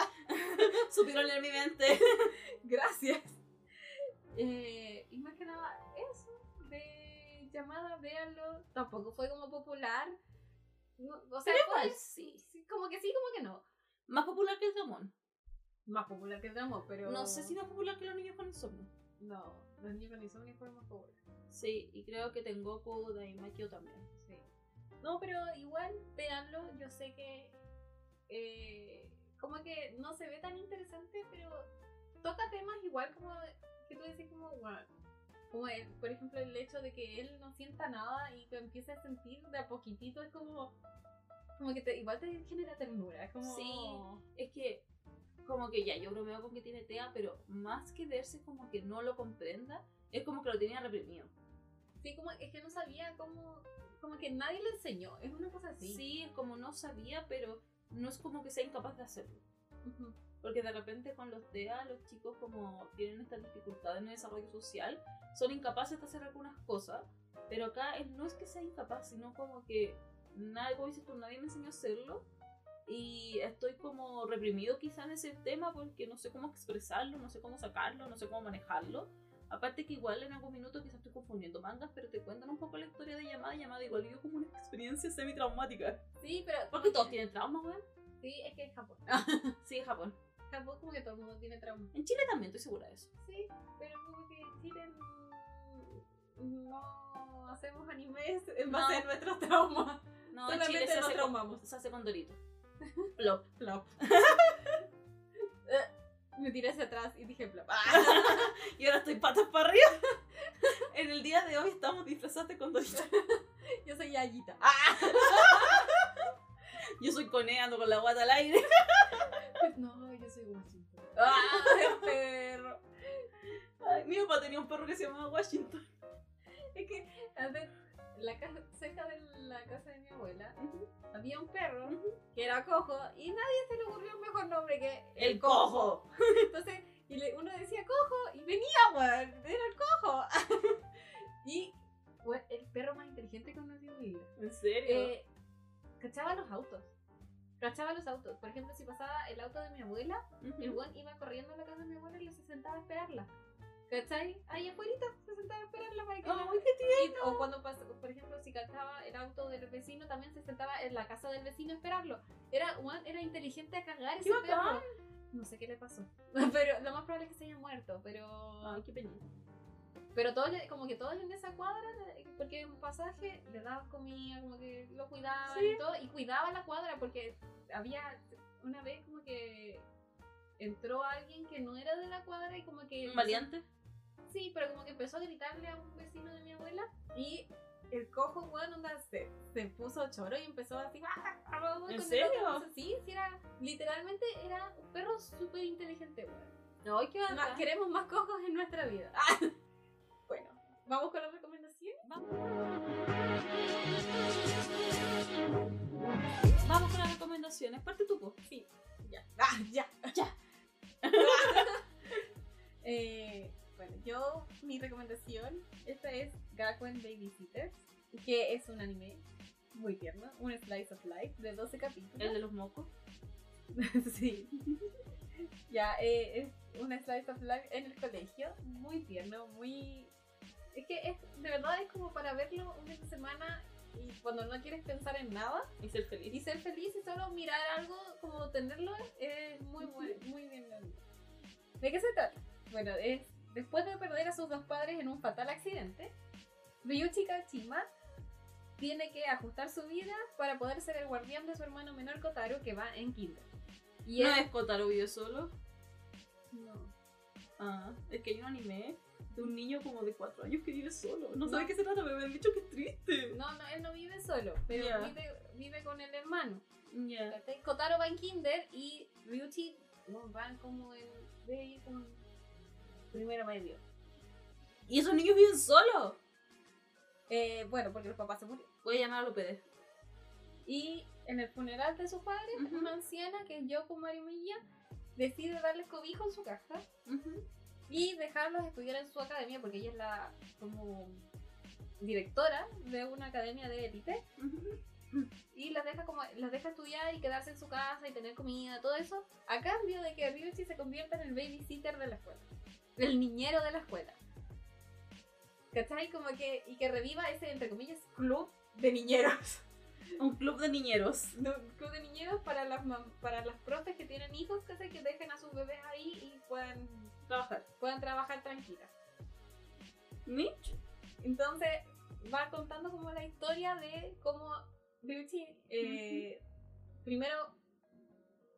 Speaker 2: Supieron leer mi mente.
Speaker 1: Gracias. [LAUGHS] Eh, y más que nada, eso de llamada, véanlo. Tampoco fue como popular. No, o sea, fue-
Speaker 2: igual, sí.
Speaker 1: sí, como que sí, como que no.
Speaker 2: [LAUGHS] Más popular que el Damon.
Speaker 1: Más popular que el drama, pero.
Speaker 2: No sé si más popular que los niños con insomnio.
Speaker 1: No, los niños con insomnio fueron más populares.
Speaker 2: Sí, y creo que Tengoku Daimakyo también.
Speaker 1: Sí. No, pero igual, véanlo. Yo sé que. eh, como que no se ve tan interesante, pero toca temas igual como. que tú decís, como. "Guau". como el- por ejemplo, el hecho de que él no sienta nada y que empiece a sentir de a poquitito es como. Como que te- igual te genera ternura. es
Speaker 2: Oh.
Speaker 1: Como...
Speaker 2: Sí. Es que, como que ya, yo bromeo con que tiene TEA, pero más que verse como que no lo comprenda, es como que lo tenía reprimido.
Speaker 1: Sí, como es que no sabía cómo. Como que nadie le enseñó. Es una cosa así.
Speaker 2: Sí. es como no sabía, pero no es como que sea incapaz de hacerlo.
Speaker 1: Ujú.
Speaker 2: Porque de repente con los TEA, los chicos como tienen esta dificultad en el desarrollo social, son incapaces de hacer algunas cosas, pero acá él no es que sea incapaz, sino como que, nadie, como dices tú, nadie me enseñó a hacerlo y estoy como reprimido quizá en ese tema porque no sé cómo expresarlo, no sé cómo sacarlo, no sé cómo manejarlo. Aparte que igual en algún minuto quizás estoy confundiendo mangas, pero te cuentan un poco la historia de llamada, llamada igual yo como una [LAUGHS] experiencia semi-traumática.
Speaker 1: Sí, pero.
Speaker 2: Porque Ah. todos tienen traumas, weón.
Speaker 1: Sí, es que es Japón.
Speaker 2: Sí, en Japón.
Speaker 1: Japón como que todo el mundo tiene trauma.
Speaker 2: En Chile también estoy segura de eso.
Speaker 1: Sí, pero como que en Chile no- no hacemos animes en base
Speaker 2: No.
Speaker 1: a nuestros traumas.
Speaker 2: No, en Chile
Speaker 1: Solamente
Speaker 2: se
Speaker 1: nos
Speaker 2: hace con-
Speaker 1: traumamos.
Speaker 2: Se hace con Dorito. Plop.
Speaker 1: Plop. Me tiré hacia atrás y dije plop.
Speaker 2: [LAUGHS] y ahora estoy patas para arriba. [LAUGHS] en el día de hoy estamos disfrazados de con Dorito.
Speaker 1: [LAUGHS] Yo soy Yayita.
Speaker 2: Ah. Yo soy coneando con la guata al aire. [LAUGHS]
Speaker 1: Pues No, yo soy Washington. [LAUGHS] ¡Ah, perro!
Speaker 2: Ay, mi papá tenía un perro que se llamaba Washington.
Speaker 1: Es que antes, la casa, cerca de la casa de mi abuela, había un perro que era cojo y nadie se le ocurrió un mejor nombre que
Speaker 2: El cojo.
Speaker 1: Entonces, y le- uno decía cojo y venía, weón, era el cojo. [LAUGHS] y fue el perro más inteligente que conocí en mi vida.
Speaker 2: ¿En serio?
Speaker 1: Eh, cachaba los autos. Cachaba los autos. Por ejemplo, si pasaba el auto de mi abuela,
Speaker 2: Ujú.
Speaker 1: el weón iba corriendo a la casa de mi abuela y le se sentaba a esperarla. ¿Cachai? Ahí afuera se sentaba a esperarla para que la-
Speaker 2: Ay, qué tierno.
Speaker 1: y- o cuando pas- por ejemplo, si cachaba el auto del vecino, también se sentaba en la casa del vecino a esperarlo. Era, weón, era inteligente a cagar ese
Speaker 2: ¡Qué bacán!
Speaker 1: perro. [LAUGHS]
Speaker 2: Ah.
Speaker 1: No sé qué le pasó. Pero lo más probable es que se haya muerto, pero.
Speaker 2: Ay, qué penita.
Speaker 1: Pero todos, le- como que todos en esa cuadra, le- porque en un pasaje le daban comida, como que lo cuidaban
Speaker 2: Sí.
Speaker 1: y todo, y cuidaban la cuadra porque había una vez como que entró alguien que no era de la cuadra y como que...
Speaker 2: ¿Un maleante?
Speaker 1: Sí, pero como que empezó a gritarle a un vecino de mi abuela y el cojo, weón, onda, se, se puso choro y empezó así, ¡ah! ah,
Speaker 2: ¿En
Speaker 1: con el
Speaker 2: serio?
Speaker 1: otro brazo. Sí, sí, era, literalmente era un perro súper inteligente, weón.
Speaker 2: No, qué
Speaker 1: Ma-
Speaker 2: bacán.
Speaker 1: Queremos más cojos en nuestra vida. [LAUGHS] Bueno, ¿vamos con las recomendaciones?
Speaker 2: Vamos con las recomendaciones. Parte tú, po.
Speaker 1: Sí, ya, [LAUGHS] ah, ya, ya. [LAUGHS] Eh, bueno, yo, mi recomendación, esta es Gakuen Babysitters, que es un anime muy tierno, un slice of life de 12
Speaker 2: El
Speaker 1: capítulos.
Speaker 2: de los mocos.
Speaker 1: [LAUGHS] sí. ya, eh, es un slice of life en el colegio, muy tierno, muy... Es que es, de verdad es como para verlo un fin de semana y cuando no quieres pensar en nada,
Speaker 2: Y ser feliz.
Speaker 1: y ser feliz y solo mirar algo, como tenerlo, es muy, buen- muy bien. logrado. ¿De qué se trata? Bueno, es después de perder a sus dos padres en un fatal accidente, Ryuichi Kachima tiene que ajustar su vida para poder ser el guardián de su hermano menor Kotaro que va en kinder. Y
Speaker 2: No
Speaker 1: él-
Speaker 2: es Kotaro yo solo.
Speaker 1: no.
Speaker 2: Ah, es que hay un anime de un niño como de 4 años que vive solo. No,
Speaker 1: No.
Speaker 2: sabe de qué se trata, pero me han dicho que es triste.
Speaker 1: No, no, él no vive solo, pero
Speaker 2: Ya.
Speaker 1: vive, vive con el hermano.
Speaker 2: Ya.
Speaker 1: ¿cachai? Kotaro va en kinder y Ryuchi no, van como en, de ahí como en primero medio.
Speaker 2: ¿Y esos niños viven solos?
Speaker 1: Eh, bueno, porque los papás se murieron.
Speaker 2: Voy a llamar a López.
Speaker 1: Y en el funeral de sus padres,
Speaker 2: Ujú.
Speaker 1: una anciana que es Yoko Marumilla decide darles cobijo en su casa y dejarlos estudiar en su academia porque ella es la como directora de una academia de élite y las deja como las deja estudiar y quedarse en su casa y tener comida, todo eso a cambio de que Ryuichi se convierta en el babysitter de la escuela, el niñero de la escuela. ¿Cachai? Como que y que reviva ese entre comillas club de niñeros.
Speaker 2: Un club de niñeros.
Speaker 1: No, club de niñeros para las mam- para las profes que tienen hijos que que dejen a sus bebés ahí y puedan
Speaker 2: Trabajar.
Speaker 1: puedan trabajar tranquilas
Speaker 2: ¿Mitch?
Speaker 1: entonces va contando como la historia de cómo Ryuichi eh, primero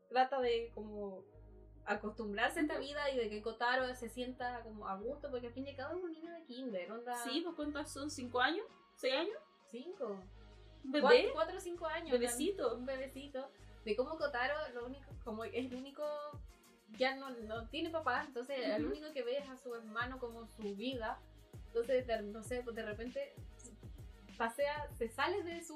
Speaker 1: trata de como acostumbrarse a esta
Speaker 2: Ujú.
Speaker 1: vida y de que Kotaro se sienta como a gusto porque al fin y al cabo es un niño de kinder onda
Speaker 2: Sí, pues cuántas son? ¿Cinco años? ¿Seis años?
Speaker 1: cinco
Speaker 2: ¿Bebé?
Speaker 1: Cuatro- Cuatro o cinco años.
Speaker 2: Bebecito.
Speaker 1: Un, un bebecito. De cómo Kotaro, lo único, como es el único, ya no, no tiene papás, entonces el
Speaker 2: Ujú.
Speaker 1: único que ve es a su hermano como su vida. Entonces, de, no sé, pues de repente pasea, se sale de su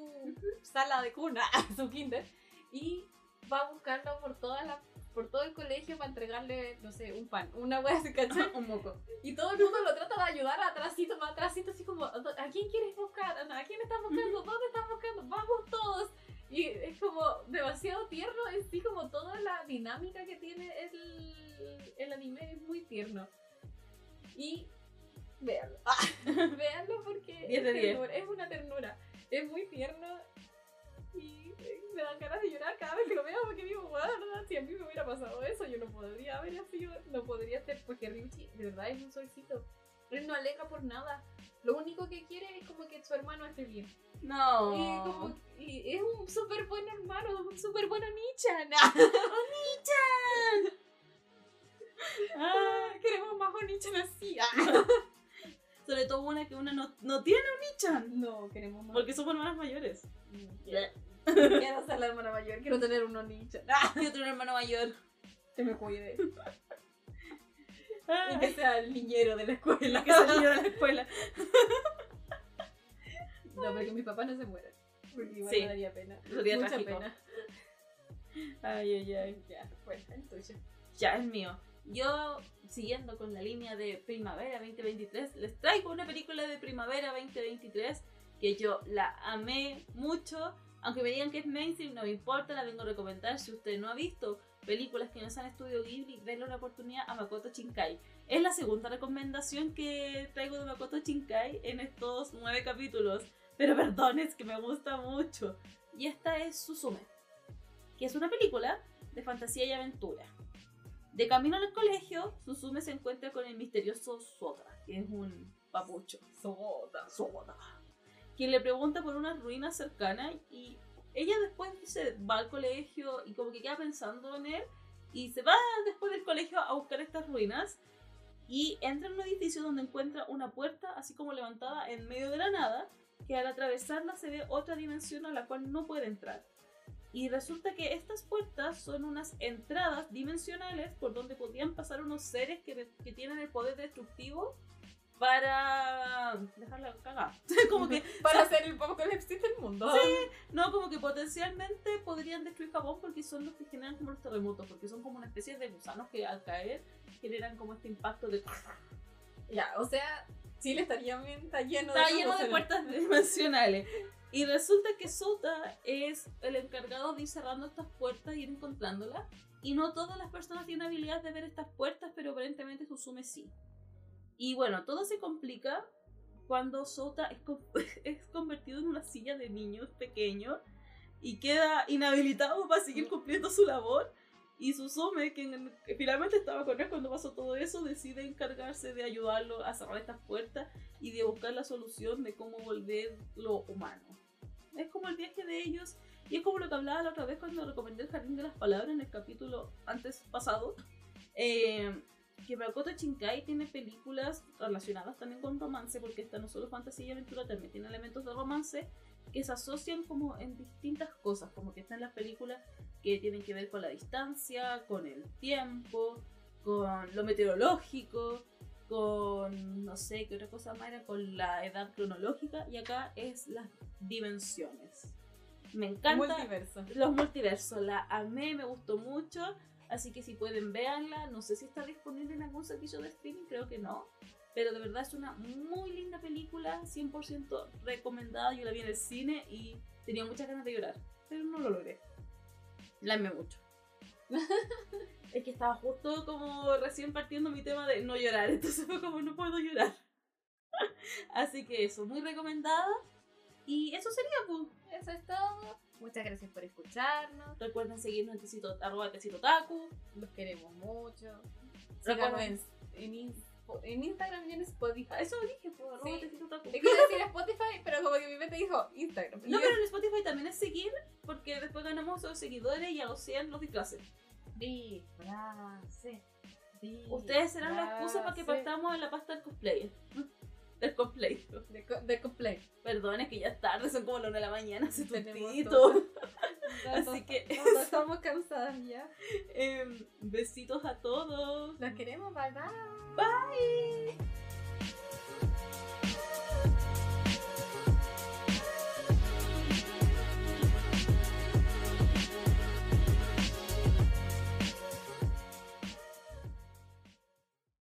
Speaker 1: sala de cuna, [LAUGHS] su kinder, y va a buscarlo por toda la por todo el colegio para entregarle, no sé, un pan, una hueá, ¿cachai?
Speaker 2: Un moco.
Speaker 1: Y todo el mundo lo trata de ayudar atrásito, más atrásito, así como, ¿a quién quieres buscar? ¿A quién estás buscando? ¿Dónde estás buscando? ¡Vamos todos! Y es como demasiado tierno, es así como toda la dinámica que tiene el, el anime es muy tierno. Y véanlo, [LAUGHS] véanlo porque
Speaker 2: Diez de
Speaker 1: es,
Speaker 2: diez.
Speaker 1: ternura, es una ternura, es muy tierno y eh, me dan ganas de llorar cada vez que lo veo porque digo, wow, si a mí me hubiera pasado eso, yo no podría haber sido, no podría ser, porque Ryuchi de verdad es un solcito. Él no alega por nada. Lo único que quiere es como que su hermano esté bien.
Speaker 2: No.
Speaker 1: Y, como- y es un súper buen hermano, un súper bueno Nichan. [LAUGHS]
Speaker 2: Ah,
Speaker 1: Queremos más Onichan así. Ah.
Speaker 2: sobre todo una que una no, no tiene un Nichan.
Speaker 1: No, queremos más. [LAUGHS]
Speaker 2: Porque somos hermanas [LAUGHS] mayores.
Speaker 1: Quiero ser la hermana mayor, quiero tener un Onichan.
Speaker 2: Y otro hermano mayor.
Speaker 1: Que me [LAUGHS] cuide.
Speaker 2: Ah,
Speaker 1: Y que sea el niñero de la escuela.
Speaker 2: que salió de la escuela.
Speaker 1: No, pero que mis papás no se mueran. Porque igual
Speaker 2: Sí.
Speaker 1: me daría pena.
Speaker 2: Sería
Speaker 1: Mucha
Speaker 2: trágico.
Speaker 1: pena.
Speaker 2: Ay, ay, ay.
Speaker 1: Ya, pues, bueno, el tuyo.
Speaker 2: Ya, es mío. Yo, siguiendo con la línea de Primavera 2023, les traigo una película de Primavera 2023 que yo la amé mucho. Aunque me digan que es mainstream, no me importa, la vengo a recomendar. Si usted no ha visto películas que no sean estudio Ghibli, denle una oportunidad a Makoto Shinkai. Es la segunda recomendación que traigo de Makoto Shinkai en estos nueve capítulos. Pero perdón, es que me gusta mucho. Y esta es Suzume, que es una película de fantasía y aventura. De camino al colegio, Suzume se encuentra con el misterioso Sota, que es un Papucho. Sogota. Sogota. Quien le pregunta por unas ruinas cercanas y ella después se va al colegio y como que queda pensando en él y se va después del colegio a buscar estas ruinas y entra en un edificio donde encuentra una puerta así como levantada en medio de la nada que al atravesarla se ve otra dimensión a la cual no puede entrar. Y resulta que estas puertas son unas entradas dimensionales por donde podrían pasar unos seres que, que tienen el poder destructivo para dejarla cagada. [LAUGHS] como que
Speaker 1: Para hacer el apocalipsis del mundo.
Speaker 2: no, como que potencialmente podrían destruir Japón porque son los que generan como los terremotos, porque son como una especie de gusanos que al caer generan como este impacto de...
Speaker 1: Ya, o sea, Chile estaría bien, está lleno
Speaker 2: Está
Speaker 1: de
Speaker 2: lleno de puertas [LAUGHS] dimensionales. Y resulta que Sota es el encargado de ir cerrando estas puertas y ir encontrándolas. Y no todas las personas tienen habilidad de ver estas puertas, pero aparentemente Susume sí. Y bueno, todo se complica cuando Sota es, con- [LAUGHS] es convertido en una silla de niños pequeños y queda inhabilitado para seguir cumpliendo su labor. Y Susume, quien finalmente estaba con él cuando pasó todo eso, decide encargarse de ayudarlo a cerrar estas puertas y de buscar la solución de cómo volverlo humano. Es como el viaje de ellos y es como lo que hablaba la otra vez cuando recomendé el Jardín de las Palabras en el capítulo antes pasado, eh, que Makoto Shinkai tiene películas relacionadas también con romance, porque esta no solo fantasía y aventura, también tiene elementos de romance que se asocian como en distintas cosas, como que están las películas que tienen que ver con la distancia, con el tiempo, con lo meteorológico, con, no sé, qué otra cosa más era, con la edad cronológica, y acá es las dimensiones. Me encanta
Speaker 1: Multiverso.
Speaker 2: los multiversos. La amé, me gustó mucho. Así que si pueden, véanla. No sé si está disponible en algún servicio de streaming, creo que no. Pero de verdad es una muy linda película, 100% recomendada. Yo la vi en el cine y tenía muchas ganas de llorar, pero no lo logré. La amé mucho. [LAUGHS] es que estaba justo como recién partiendo mi tema de no llorar, entonces fue como no puedo llorar. [LAUGHS] Así que eso, muy recomendada. Y eso sería, pues.
Speaker 1: Eso es todo. Muchas gracias por escucharnos.
Speaker 2: Recuerden seguirnos en tecito, arroba tecito taku.
Speaker 1: Los queremos mucho. Síganos
Speaker 2: Recuerden.
Speaker 1: en, en, Inspo- en Instagram y en Spotify.
Speaker 2: Ah, Eso dije, pues, arroba
Speaker 1: Sí.
Speaker 2: tecito taku.
Speaker 1: Te quiero decir Spotify, pero como que mi mente dijo Instagram. Y
Speaker 2: No,
Speaker 1: yo-
Speaker 2: pero en Spotify también es seguir, porque después ganamos los seguidores y a los 100 los disfraces.
Speaker 1: Disfraces.
Speaker 2: Ustedes serán la excusa para que
Speaker 1: disfraces.
Speaker 2: partamos en la pasta del cosplay. [LAUGHS] Del cosplay.
Speaker 1: De, co- de cosplay.
Speaker 2: Perdón, es que ya es tarde, son como las 1 de la mañana, hace
Speaker 1: Tenemos
Speaker 2: tutito.
Speaker 1: todo.
Speaker 2: Así que,
Speaker 1: Nosotros estamos cansadas ya.
Speaker 2: em, besitos a todos.
Speaker 1: Los queremos, ¿verdad?
Speaker 2: Bye.